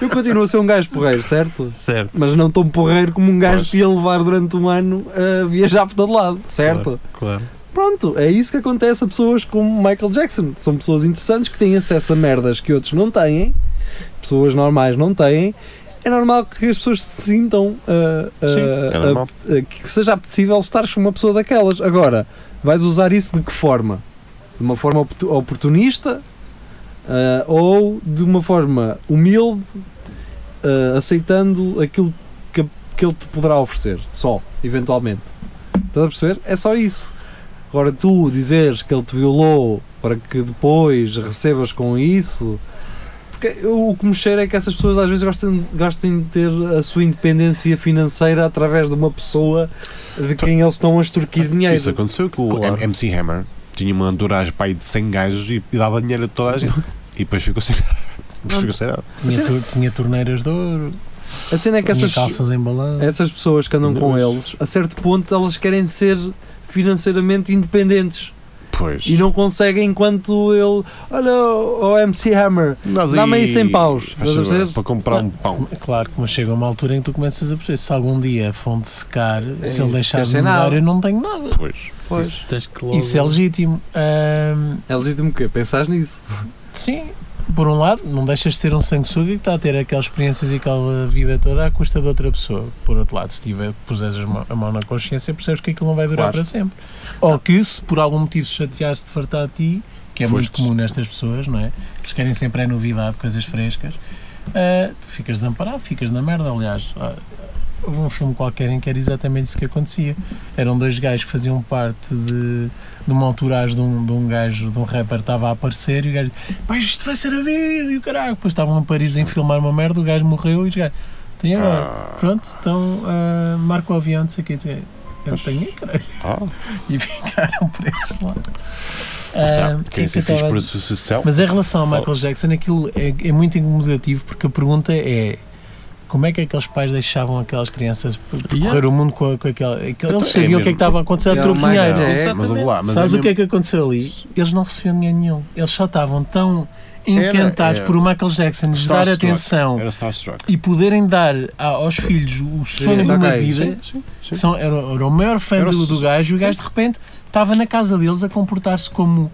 Eu continuo a ser um gajo porreiro, certo?
Certo.
Mas não tão porreiro como um gajo
Pois.
te ia levar durante um ano a viajar para todo lado, certo?
Claro.
Pronto, é isso que acontece a pessoas como Michael Jackson. São pessoas interessantes que têm acesso a merdas que outros não têm, pessoas normais não têm. É normal que as pessoas se sintam ah, ah,
Sim, é
ah,
normal.
ah, que seja possível estar com uma pessoa daquelas. Agora, vais usar isso de que forma? De uma forma oportu- oportunista ah, ou de uma forma humilde, ah, aceitando aquilo que, que ele te poderá oferecer, só, eventualmente. Estás a perceber? É só isso. Agora, tu dizeres que ele te violou para que depois recebas com isso. Porque eu- o que me cheira é que essas pessoas às vezes gostam, gostam de ter a sua independência financeira através de uma pessoa de quem eles estão a extorquir dinheiro.
Isso aconteceu é, com o
Claro.
M- MC Hammer. Tinha uma entourage pai de 100 gajos e, e dava dinheiro a toda a gente. E depois ficou sem nada. Depois ficou sem nada.
Tinha, tu- tinha torneiras de ouro,
A cena é que
tinha
essas,
calças em balão.
essas pessoas que andam com eles, a certo ponto, elas querem ser financeiramente independentes
Pois.
e não conseguem enquanto ele. Olha o o MC Hammer.
Nós
Dá-me aí 100 paus,
faz
estás a
favor,
ver?
Para comprar um pão.
Claro que mas chega uma altura em que tu começas a perceber se algum dia a fonte secar, se
isso,
ele deixar
queres
de
sem
mudar,
nada.
eu não tenho nada.
Pois.
Pois.
Isso, tens que logo...
Isso é legítimo. Ahm,
É legítimo o quê? Pensás nisso?
sim, por um lado, não deixas de ser um sanguessuga que está a ter aquelas experiências e aquela vida toda à custa de outra pessoa. Por outro lado, se tiver, puseres a mão, a mão na consciência, percebes que aquilo não vai durar
Claro.
para sempre. Ou que se por algum motivo se chateaste de fartar de ti, que é muito
Foste.
comum nestas pessoas, não é? Eles querem sempre é novidade, coisas frescas. Ah, tu ficas desamparado, ficas na merda, aliás. Ah, Houve um filme qualquer em que era exatamente isso que acontecia. Eram dois gajos que faziam parte de, de uma entourage de um, de um gajo, de um rapper que estava a aparecer e o gajo pá, isto vai ser a vida e o caralho. Depois estavam a Paris em filmar uma merda, o gajo morreu e os gajos, tem agora.
Ah,
Pronto, então ah, marca o avião, não sei o que, não sei o quê. Eu não tenho, caralho.
ah,
E ficaram presos lá.
lá está.
Ah, o que é
Quem
que
se
eu
fiz
estava a
por associação.
mas em relação ao
Só-
Michael Jackson, aquilo é, é muito incomodativo porque a pergunta é como é que aqueles pais deixavam aquelas crianças percorrer o mundo com, a- com aquela. aquele-
É
eles sabiam o que é
mesmo.
que estava a acontecer à
É
tua
uma
dinheiro.
ideia.
Mas vou lá, mas
Sabes
é
o que é
mesmo-
que aconteceu ali? Eles não recebiam dinheiro nenhum. Eles só estavam tão
Era-
encantados
era-
por o Michael Jackson lhes dar
Starstruck.
atenção
Era Starstruck.
e poderem dar a- aos filhos o
é,
sonho
tá
de uma
ok,
vida.
Sim, sim.
São, era, era o maior fã
Era o
do,
su-
do gajo e o gajo de repente estava na casa deles a comportar-se como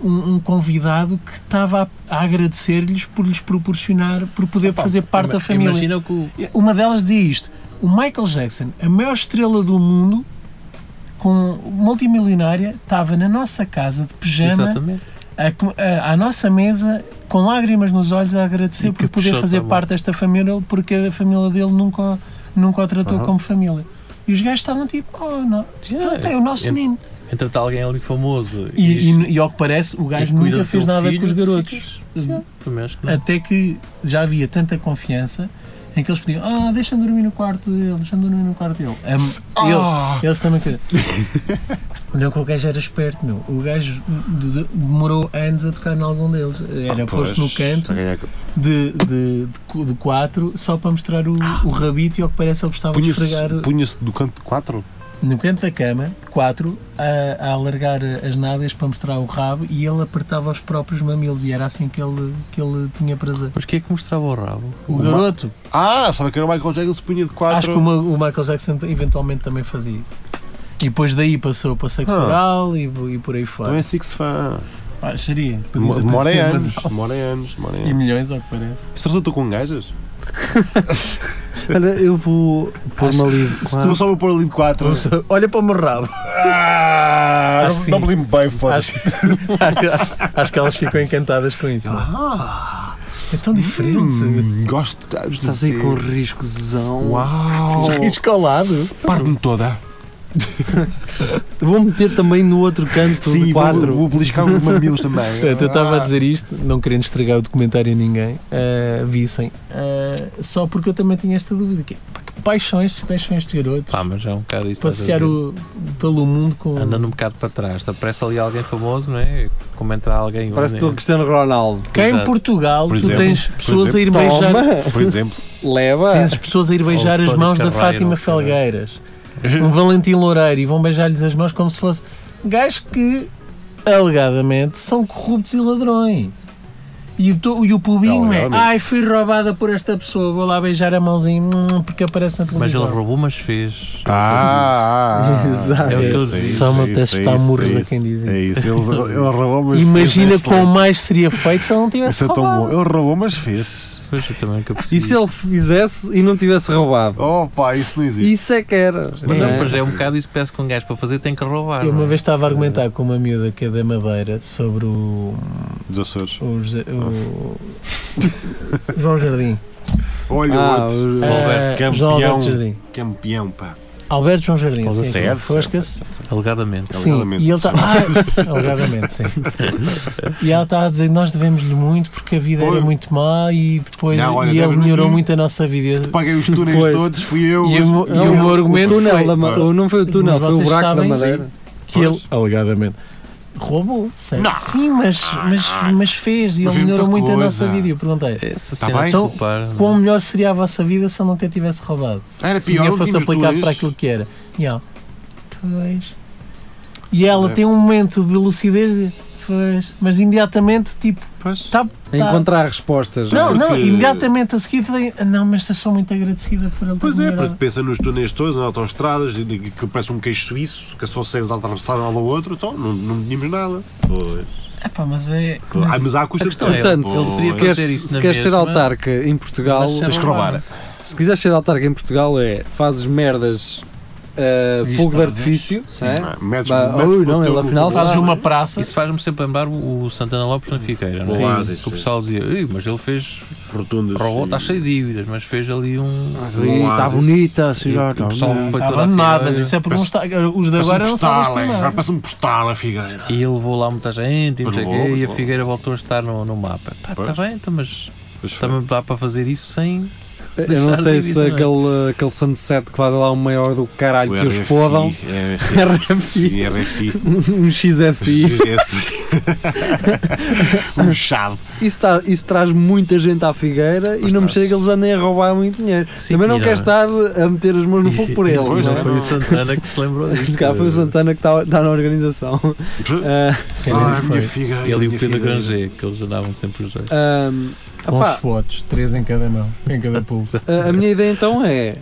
um, um convidado que estava a, a agradecer-lhes por lhes proporcionar, por poder fazer parte da
Ima-
família.
Imagina que o...
Uma delas dizia isto: o Michael Jackson, a maior estrela do mundo, com multimilionária, estava na nossa casa de pijama,
Exatamente.
a com- a- à nossa mesa, com lágrimas nos olhos, a agradecer
E
por
que
poder
puxou
fazer
também.
parte desta família, porque a família dele nunca, nunca o tratou
Aham.
como família. E os gajos estavam tipo, oh, não, pronto, é o nosso
Ent-
menino.
Entra-te alguém ali famoso
E, e- e ao que parece, o gajo
cuida
nunca
do
fez
teu
nada
filho,
com os
tu
garotos. É.
ficas- Também acho que não.
Até que já havia tanta confiança em que eles pediam, ah, deixa-me dormir no quarto dele, deixa-me dormir no quarto dele. Am-
Ah!
ele- eles também queriam. [LAUGHS] Não que o gajo era esperto, meu. O gajo de- de- demorou anos a tocar em algum deles.
Ah,
Era posto no canto de, de, de, cu- de quatro só para mostrar o, o rabito e ao que parece ele gostava de esfregar.
Ah! Punha-se um punha-se do canto 4?
No canto da cama, quatro, a, a alargar as nádegas para mostrar o rabo e ele apertava os próprios mamilos e era assim que ele, que ele tinha prazer.
Mas quem é que mostrava o rabo?
O
Uma-
garoto,
Ah, sabe que era o Michael Jackson se punha de 4.
acho que o, Ma- o Michael Jackson eventualmente também fazia isso. E depois daí passou para sexo
Ah.
oral e, e por aí fora.
Então é assim que se faz.
Ah, seria. Podias até
Demora
ter
anos,
razão.
demora anos, demora
É.
E
anos.
milhões, ao que parece.
Isto resultou com gajas?
Olha, eu vou pôr-me ali.
Se tu só vou pôr ali de 4.
Vamos a- Olha para o meu rabo.
Ah,
Acho que
não
sim.
me lembro bem,
Acho,
foda-se.
acho, acho que [LAUGHS] elas ficam encantadas com isso.
Ah,
É tão diferente.
hum, gosto tanto de
Estás aí
ti.
com riscozão.
Oh.
Uau!
Risco ao lado.
Parte-me toda.
Vou meter também no outro canto de
Sim,
quatro.
vou, vou beliscar os mamilos também.
Portanto, [LAUGHS] eu estava a
Ah.
dizer isto, não querendo estragar o documentário a ninguém, ah, vissem, ah, só porque eu também tinha esta dúvida: que, é, pá, que paixões que deixam este garoto
Pá, mas é um bocado isso. estás a
passear
dizer.
o- pelo mundo com.
Andando um bocado para trás. Te Aparece ali alguém famoso, não é? Como entrar alguém. é?
Parece que
olha,
estou a Cristiano Ronaldo.
Cá em
Exato.
Portugal,
Por
tu
exemplo,
tens
por
pessoas a ir beijar.
Toma,
Por exemplo,
leva.
Tens pessoas a ir beijar
Ou
as
Tony
mãos da
Carreiro,
Fátima
ou caralho. [LAUGHS]
Felgueiras, um Valentim Loureiro, e vão beijar-lhes as mãos como se fosse gajos que, alegadamente, são corruptos e ladrões. E o, to- e o pubinho é,
Alegadamente.
ai, fui roubada por esta pessoa, vou lá beijar a mãozinha, hum, porque aparece na
Mas ele
televisão.
roubou, mas fez.
Ah,
[LAUGHS]
ah,
Exato.
É o que eu
isso,
disse.
isso,
Só me
isso,
atestar
isso,
murros a
isso,
quem diz
É isso, ele, ele roubou, mas
Imagina
né,
fez.
quão mais seria feito se ele não tivesse
Isso é tão bom.
roubado.
Ele roubou, mas fez.
Pois, eu também que eu
E se ele fizesse e não tivesse roubado?
Oh pá, isso não existe.
Isso é que era.
Mas
não
não,
é?
pois é um bocado isso que parece que um gajo para fazer tem que roubar.
Eu
não
uma
é?
vez estava a argumentar com uma miúda que é da Madeira sobre o,
Dos Açores.
o José- o- João Jardim.
Olha o
Ah,
outro.
o-
Alberto,
Ah,
campeão.
João Alberto Jardim.
Campeão, pá.
Alberto João Jardim,
Estás a
sim.
ser,
aquele Fosca-se.
Alegadamente.
Sim,
alegadamente,
e ele está. Ah, [LAUGHS] alegadamente, sim. E ela está a dizer que nós devemos-lhe muito porque a vida
Pois.
era muito má e depois.
Não, olha,
e ele
devemos-lhe
melhorou
muito.
muito a nossa vida.
Paguei os túneis
Pois.
todos, fui eu.
E o-
mas-
e o meu argumento
túnel
foi-
da ma-
Pois.
não foi o túnel,
Mas
foi o
vocês
buraco da
sabem, sim.
madeira.
Que ele, alegadamente, roubou. Sei.
Não.
Sim, mas, mas, mas fez e
Mas
ele
fez
melhorou
muita
muito a
coisa.
nossa vida. E eu perguntei.
Tá
Essa cena
bem?
de
Então,
culpar, não é?
Quão melhor seria a vossa vida se ele nunca tivesse roubado?
Era
se
pior,
eu
não
fosse
tínhamos
aplicado
túneis.
para aquilo que era. E ela, pois. E ela
É.
tem um momento de lucidez de, pois, mas imediatamente, tipo,
Pois.
tá, tá.
Encontrar respostas.
Não,
Porque-
não, imediatamente a seguir tem, "Ah, não, mas eu sou muito agradecida por ele ter
Pois é,
melhorado."
porque pensa nos túneis todos, nas autostradas, de- de- que parece um queixo suíço, que só seis atravessaram um ao outro, então não, não tínhamos nada. Pois.
É pá, mas é.
Mas, ah,
mas-
mas há a custa
a
de
questão
tudo.
é,
Portanto,
Pois.
ele
se
podia
queres,
fazer isso
se
na
queres ser
mesma.
autarca em Portugal,
Mas
Tens que roubar.
se quiseres ser autarca em Portugal, é fazes merdas, ah,
Isto
fogo de
é estás a dizer?
artifício, né?
Ah, metes-
Bah,
metes
ui,
o
não,
teu-
ele afinal
o-
faz
Fazes uma praça.
Isso faz-me sempre lembrar o o Santana Lopes na Fiqueira, não é?
Sim. Oásis,
o pessoal dizia, "Ei, mas ele fez,
rotundas.
roubou,
e-
está cheio de dívidas, mas fez ali um...
Sim, tá
Está bonita a
cidade, tá o pessoal foi
Estava
toda a
nada,
Figueira
mas isso é porque não
Parece-
está, os de
Parece
agora
um
não
postal,
sabem
é.
hein? agora
estimar.
parece um postal a Figueira.
E ele levou lá muita gente, e, não
Mas
sei o
levou, mas
quê, e a
levou.
Figueira voltou a estar no, no mapa. Pá, está
Pois.
bem, então, mas
Pois foi.
também dá para fazer isso sem...
Eu não
Deixar
sei
de
se
viver.
aquele, aquele sunset que vai lá um maior do caralho
O
que os
RFI,
fodam, [LAUGHS]
é,
[LAUGHS] RFI, RFI,
um
[LAUGHS]
XSI.
GS. é um chave.
Isso, tá- isso traz muita gente à figueira e não me
traz.
chega que eles andem a roubar muito dinheiro.
Sim,
Também não
e
quero estar a meter as mãos no fogo
[LAUGHS]
por
E-
eles.
pois, eh,
e
não
não
é?
foi o Santana que se lembrou
[LAUGHS]
disso.
Se calhar foi o Santana que está na organização. [LAUGHS] Ah,
Ah,
Foi.
minha Figueira.
Ele e o
minha
Pedro
Figueira.
Granger, que eles andavam sempre os dois. "Ah,
ahm,
Com
opá,
os fotos, três em cada mão,
[LAUGHS]
em cada pulso.
a, a minha ideia então é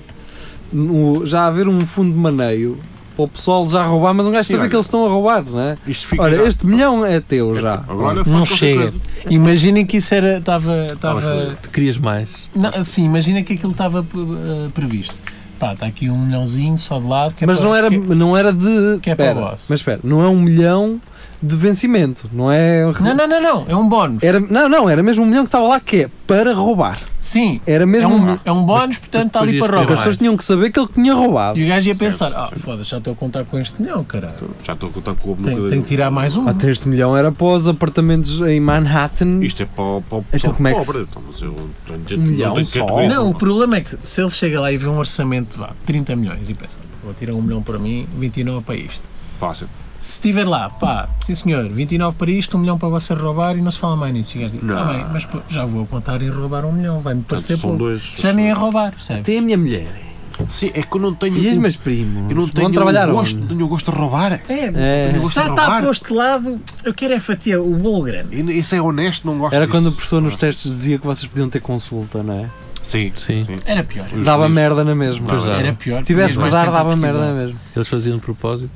no- já haver um fundo de maneio para o pessoal já roubar, mas um gajo
Sim,
saber
olha.
que eles estão a roubar, não é?
Isto fica.
Olha,
já.
este milhão é teu já.
Agora faz
Não
qualquer
chega.
coisa.
Imaginem que isso era. Estava. Estava.
Tu querias mais?
não, Sim, imagina que aquilo estava eh, previsto. Pá, está aqui um milhãozinho só de lado. Que é
mas
para-
não era,
que-
não era de.
que é para
espera,
o boss.
Mas espera, não é um milhão de vencimento, não é?
Não, não, não, não, é um bónus.
Era, não, não, era mesmo um milhão que estava lá que é para roubar.
Sim,
Era
é
mesmo um
um,
milhão.
é um bónus, portanto está ali
Porque as
para
depois ias Claro.
roubar.
pessoas tinham que saber que ele tinha roubado.
E o gajo ia pensar, ah, foda-se, já estou a contar com este milhão, caralho.
Já estou a contar com o ovo no
Tenho,
bocadinho.
tenho que tirar mais um.
Até este milhão era para os apartamentos em Manhattan.
Isto é para, o- para o pessoal
como é que se-
pobre. Então, mas eu não tenho- não
milhão
tenho
só?
categoria.
Não, o problema é que se ele chega lá e vê um orçamento de vá, 30 milhões e pensa, vou tirar um milhão para mim, 29 para isto.
Fácil.
Se tiver lá, pá, sim senhor, 29 para isto, um milhão para você roubar e não se fala mais nisso. E o gajo diz,
Não.
está bem, mas pô, já vou apontar em roubar um milhão, vai-me parecer
são
pouco.
dois.
Já nem é roubar, percebe?
Tem a minha mulher
Sim, é que eu não tenho.
e os
o-
meus primos.
eu não tenho
Vão
o
trabalhar
gosto,
onde?
tenho o gosto de roubar.
É,
É.
se já está
Roubar.
posto de lado, eu quero é fatia, o bolo grande.
E Isso é honesto, não gosto
Era
disso.
quando o professor
Ah.
nos testes dizia que vocês podiam ter consulta, não é?
Sim.
Sim.
Era pior.
Os
Dava
juízes.
merda na mesma.
Pois dá.
Era pior.
Se tivesse
tinhas
que
mais
dar,
tempo a
dava
pesquisar.
merda na mesma.
Eles faziam de propósito.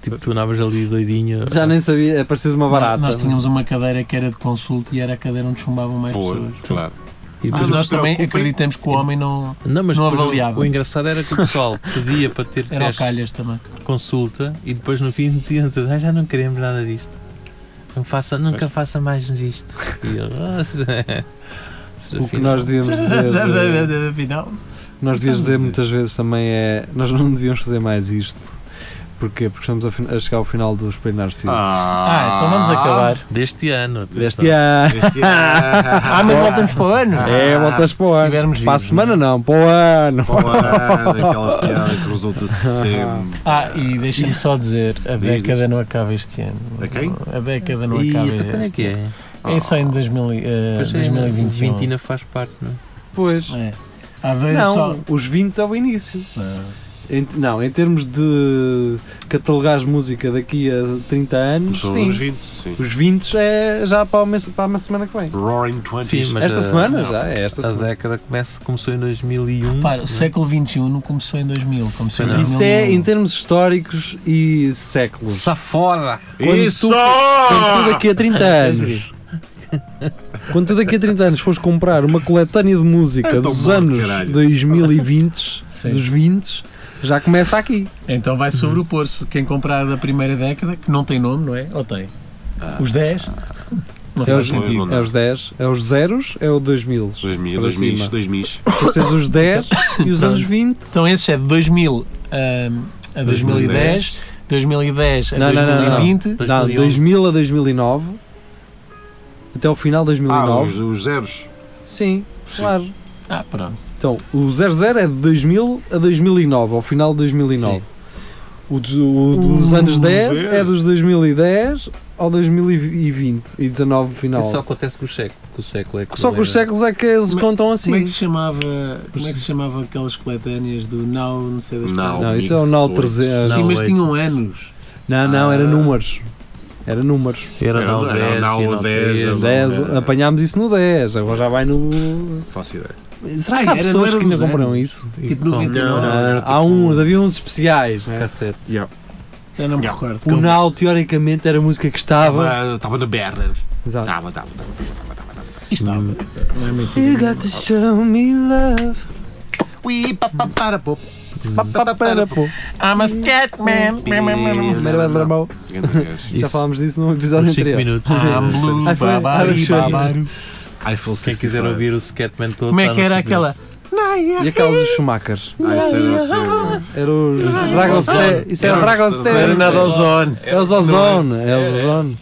Tipo, tu andavas ali doidinho.
Já nem sabia, aparecia de uma barata. é?
Nós tínhamos uma cadeira que era de consulta e era a cadeira onde chumbavam mais
Pô,
pessoas.
claro.
E
Mas
depois-
não
nós
se é
também
preocupem.
acreditamos que o homem não.
não, mas
Ah, não
depois o-
avaliavam.
o engraçado era que o pessoal pedia para ter
[LAUGHS] Era o
testes
calhas também.
de consulta e depois no fim diziam todos, ah, já não queremos nada disto. Não faça, nunca faça mais disto. [LAUGHS] E eu, "Nossa."
O que nós devíamos
[LAUGHS]
dizer. eh,
Afinal,
Nós devíamos dizer
Estamos a
muitas vezes também é. Nós não devíamos fazer mais isto. Porquê? Porque estamos a, fin- a chegar ao final do Espelho Narciso.
Ah, então vamos acabar.
Deste ano. atenção.
Deste ano.
Ah, mas voltamos para o ano.
É, voltas para o
se
ano.
tivermos
Para a
é?
vivos,
semana não, para o ano.
Aquela piada que resulta sempre.
Ah, e deixa-me só dizer, a
Diz,
década não acaba este ano.
A quem?
A década não
E
acaba
até quando é
este
que
ano.
é?
É só em 2000, e- eh,
Pois é,
2021.
20 ainda faz parte, não é?
Pois.
É. Há dois pessoal-
Não, os 20 é o início.
Não.
Em- não, em termos de catalogares música daqui a 30 anos,
São
sim.
os 20, sim.
Os 20 é já para, o mês- para uma semana que vem.
Roaring Twenties.
Sim, mas-
esta
a-
semana
eh, não.
já, é esta
A
semana.
década começa, começou em 2001.
Repara, o
não é?
século XXI não começou em 2000, começou em
Não.
2001.
Isso é em termos históricos e séculos.
Safora!
Quando
Isso!
tu-
Ah!
Quando tu daqui a
[LAUGHS]
30
É
anos. Quando tu daqui a 30 anos fores comprar uma coletânea de música
É tão
dos
bom,
anos
caralho. [LAUGHS]
2020,
Sim.
dos 20, já começa aqui.
Então
Uhum.
vai sobre o Porço. Quem comprar da primeira década, que não tem nome, não é? Ou tem?
Ah.
Os 10? Não
Sim,
faz
os-
sentido.
Não dá.
É os 10, é os zeros, é o 2000.
2000,
Para
2000,
cima.
2000.
Depois tens os 10 e os anos 20.
Então esses é de 2000 hum, a 2010, 2010 a
Não, não, não, não.
2020.
Não,
2011.
2000 a 2009. Até o final de
Ah,
2009.
os, os zeros.
Sim, claro.
Ah, pronto.
Então, o 00 é de 2000 a 2009, ao final de 2009. O, dos- o dos
Uh,
anos 10
Deus.
é dos 2010 ao 2020 e 19 final.
Isso só acontece com o século. Com o século é que
É Só que os séculos é que eles
Como é-
contam assim.
Como é que se chamava, como é que se chamava aquelas coletâneas do Now, não sei das
Now.
coisas?
Não, isso é o Nau
Não,
300.
Sim,
Não,
mas
é-
tinham anos.
Não, não, era
Ah.
números. Era números.
Era
Era-
não
era
10,
não
era
10,
10.
era-
10,
era-
apanhámos isso no 10, agora já vai no.
Faço ideia.
Será que
Ah,
há
era-
pessoas
não era
que ainda
dos
compram
anos.
isso?
Tipo
Não,
99.
não,
Ah,
era tipo-
há uns, havia uns especiais. né?
Cassete.
Eu não me
Não.
recordo.
O Nau, teoricamente, era a música que estava.
Estava estava na berra.
Exato.
Estava, estava, estava, estava, estava, estava.
Isto não, não é
You
mentira.
got to show me love.
Ui, pa, pa, para, pô.
Pa, pa, pa, Ah, para, pô.
I'm a Scatman.
Merda, bramau. Já
Isso.
falámos disso num episódio
5
anterior.
minutos.
I'm blue,
Ai, foi-
babaru,
ai, foi-
babaru.
Eiffel
Ah, Quem quiser
65.
ouvir o Scatman todo.
Como é
tá
que
no
era
cinco
aquela?
minutos.
E aquela dos Schumachers.
Ah, isso era o seu.
Era os Dragon's Tale. Isso era
Era-
Dragon's
era
Tale.
nada.
Ozone.
É o Zozone. É o Zozone.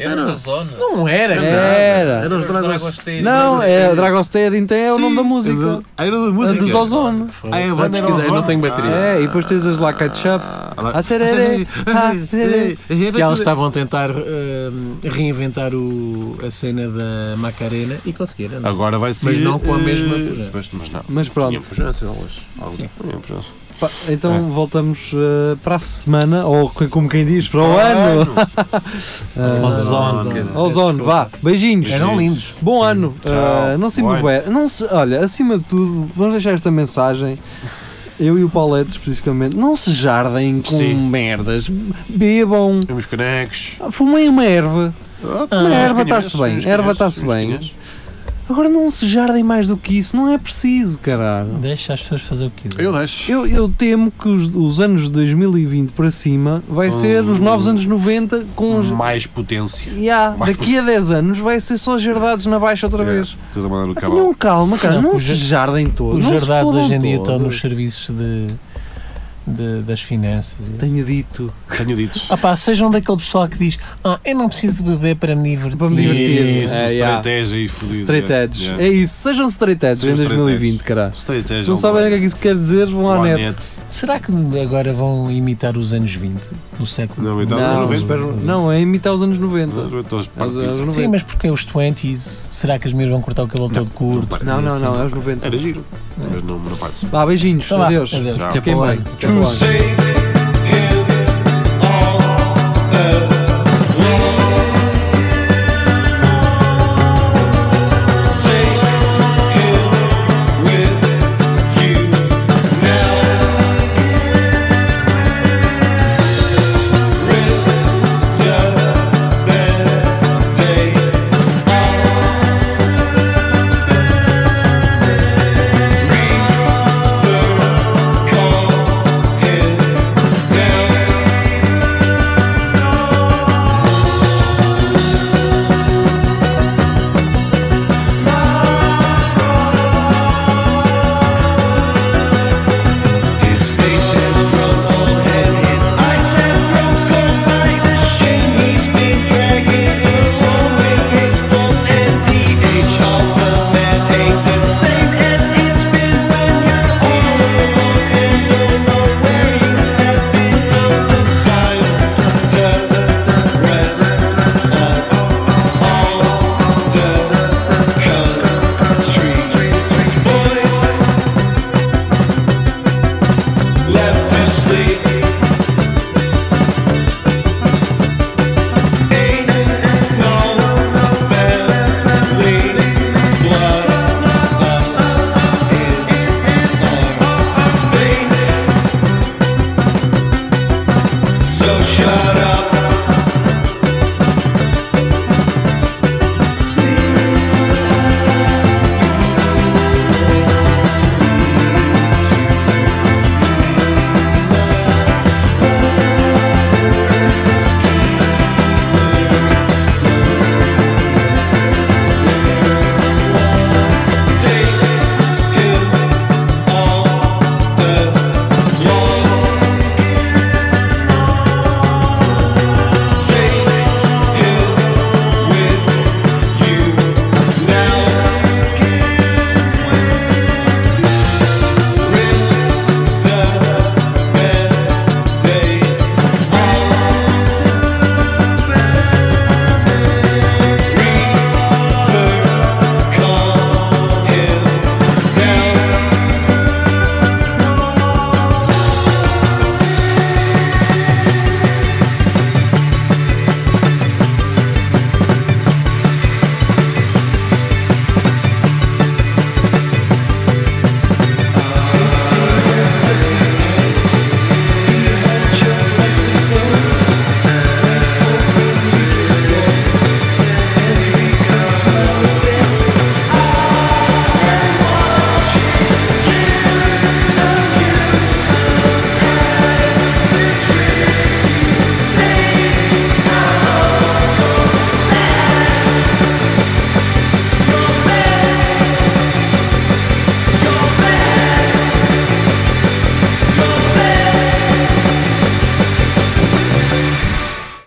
Era na zona.
Não era, né? cara.
Era.
Era os dragões.
Dragostei.
Não, é Dragon's Tale então é o nome da música.
Ah, Era da
A
música.
dos Ozone.
Ah, é a banda
Se
era
quiser,
Ozone.
não tenho bateria.
É, e depois tens as lá ketchup.
Ah, lá-
Ah, sererê. Ah, sererê.
Que elas estavam a tentar hum, reinventar o, a cena da Macarena e conseguiram. não é?
Agora vai ser.
não com a
eh,
mesma pujança.
Mas, mas não.
Mas pronto,
Tinha pujança, elas. Algo- tinha pujança.
pá, então voltamos eh, para a semana, ou como quem diz, para o ano. Ah,
Ozone.
Ozone.
cara.
Ozone, vá, beijinhos.
Eram lindos.
Bom ano, Ah, não se
Bom
embobé. Não se, olha, acima de tudo, vamos deixar esta mensagem. Eu e o Paulete, especificamente, não se jardem com
Sim.
merdas. Bebam,
Temos canecos.
fumem uma erva.
Ah,
Mas a erva
uns canhões,
está-se bem,
uns
a erva
canhões,
está-se
uns
bem.
canhões.
Agora não se jardem mais do que isso, não é preciso, caralho.
Deixa as pessoas fazer o que quiserem.
Eu deixo.
Eu, eu temo que os, os anos de 2020 para cima vai
São-
ser os novos anos 90 com os.
Mais potência.
Ya,
mais
daqui a 10 anos vai ser só jardados na baixa outra vez.
É, tudo a mandar no
Ah,
cavalo.
Tenham calma, cara,
Não,
não
os
se
jar-
jardem todos.
Os
não se
jardados
fodam
hoje em dia
todos.
estão nos serviços de, de- das finanças. e isso.
Tenho dito.
Tenho dito.
Ah pá, sejam daquele pessoal que diz ah, eu não preciso de beber para me divertir.
Para me divertir.
Isso,
É, yeah.
estratégia e fodido.
Straight edge.
Yeah.
É isso, sejam straight edge
Sejam
em
straight
2020, caralho.
Estratégia.
Se não sabem o que é que isso quer dizer, vão à net.
Será que agora vão imitar os anos 20 do século
Não, imitar Então, os anos
Não,
90.
espero- não, é imitar os anos 90. É os
Não,
anos
Sim,
90.
mas porque é os 20s, será que as mulheres vão cortar o cabelo todo curto?
parece.
Não, não, não, é os 90.
Era giro. Mas não, não partes.
Vá, beijinhos,
Então vá,
adeus.
adeus.
Tchau.
Até
Fiquem
para o
bem.
ano.
Até para o ano.
Say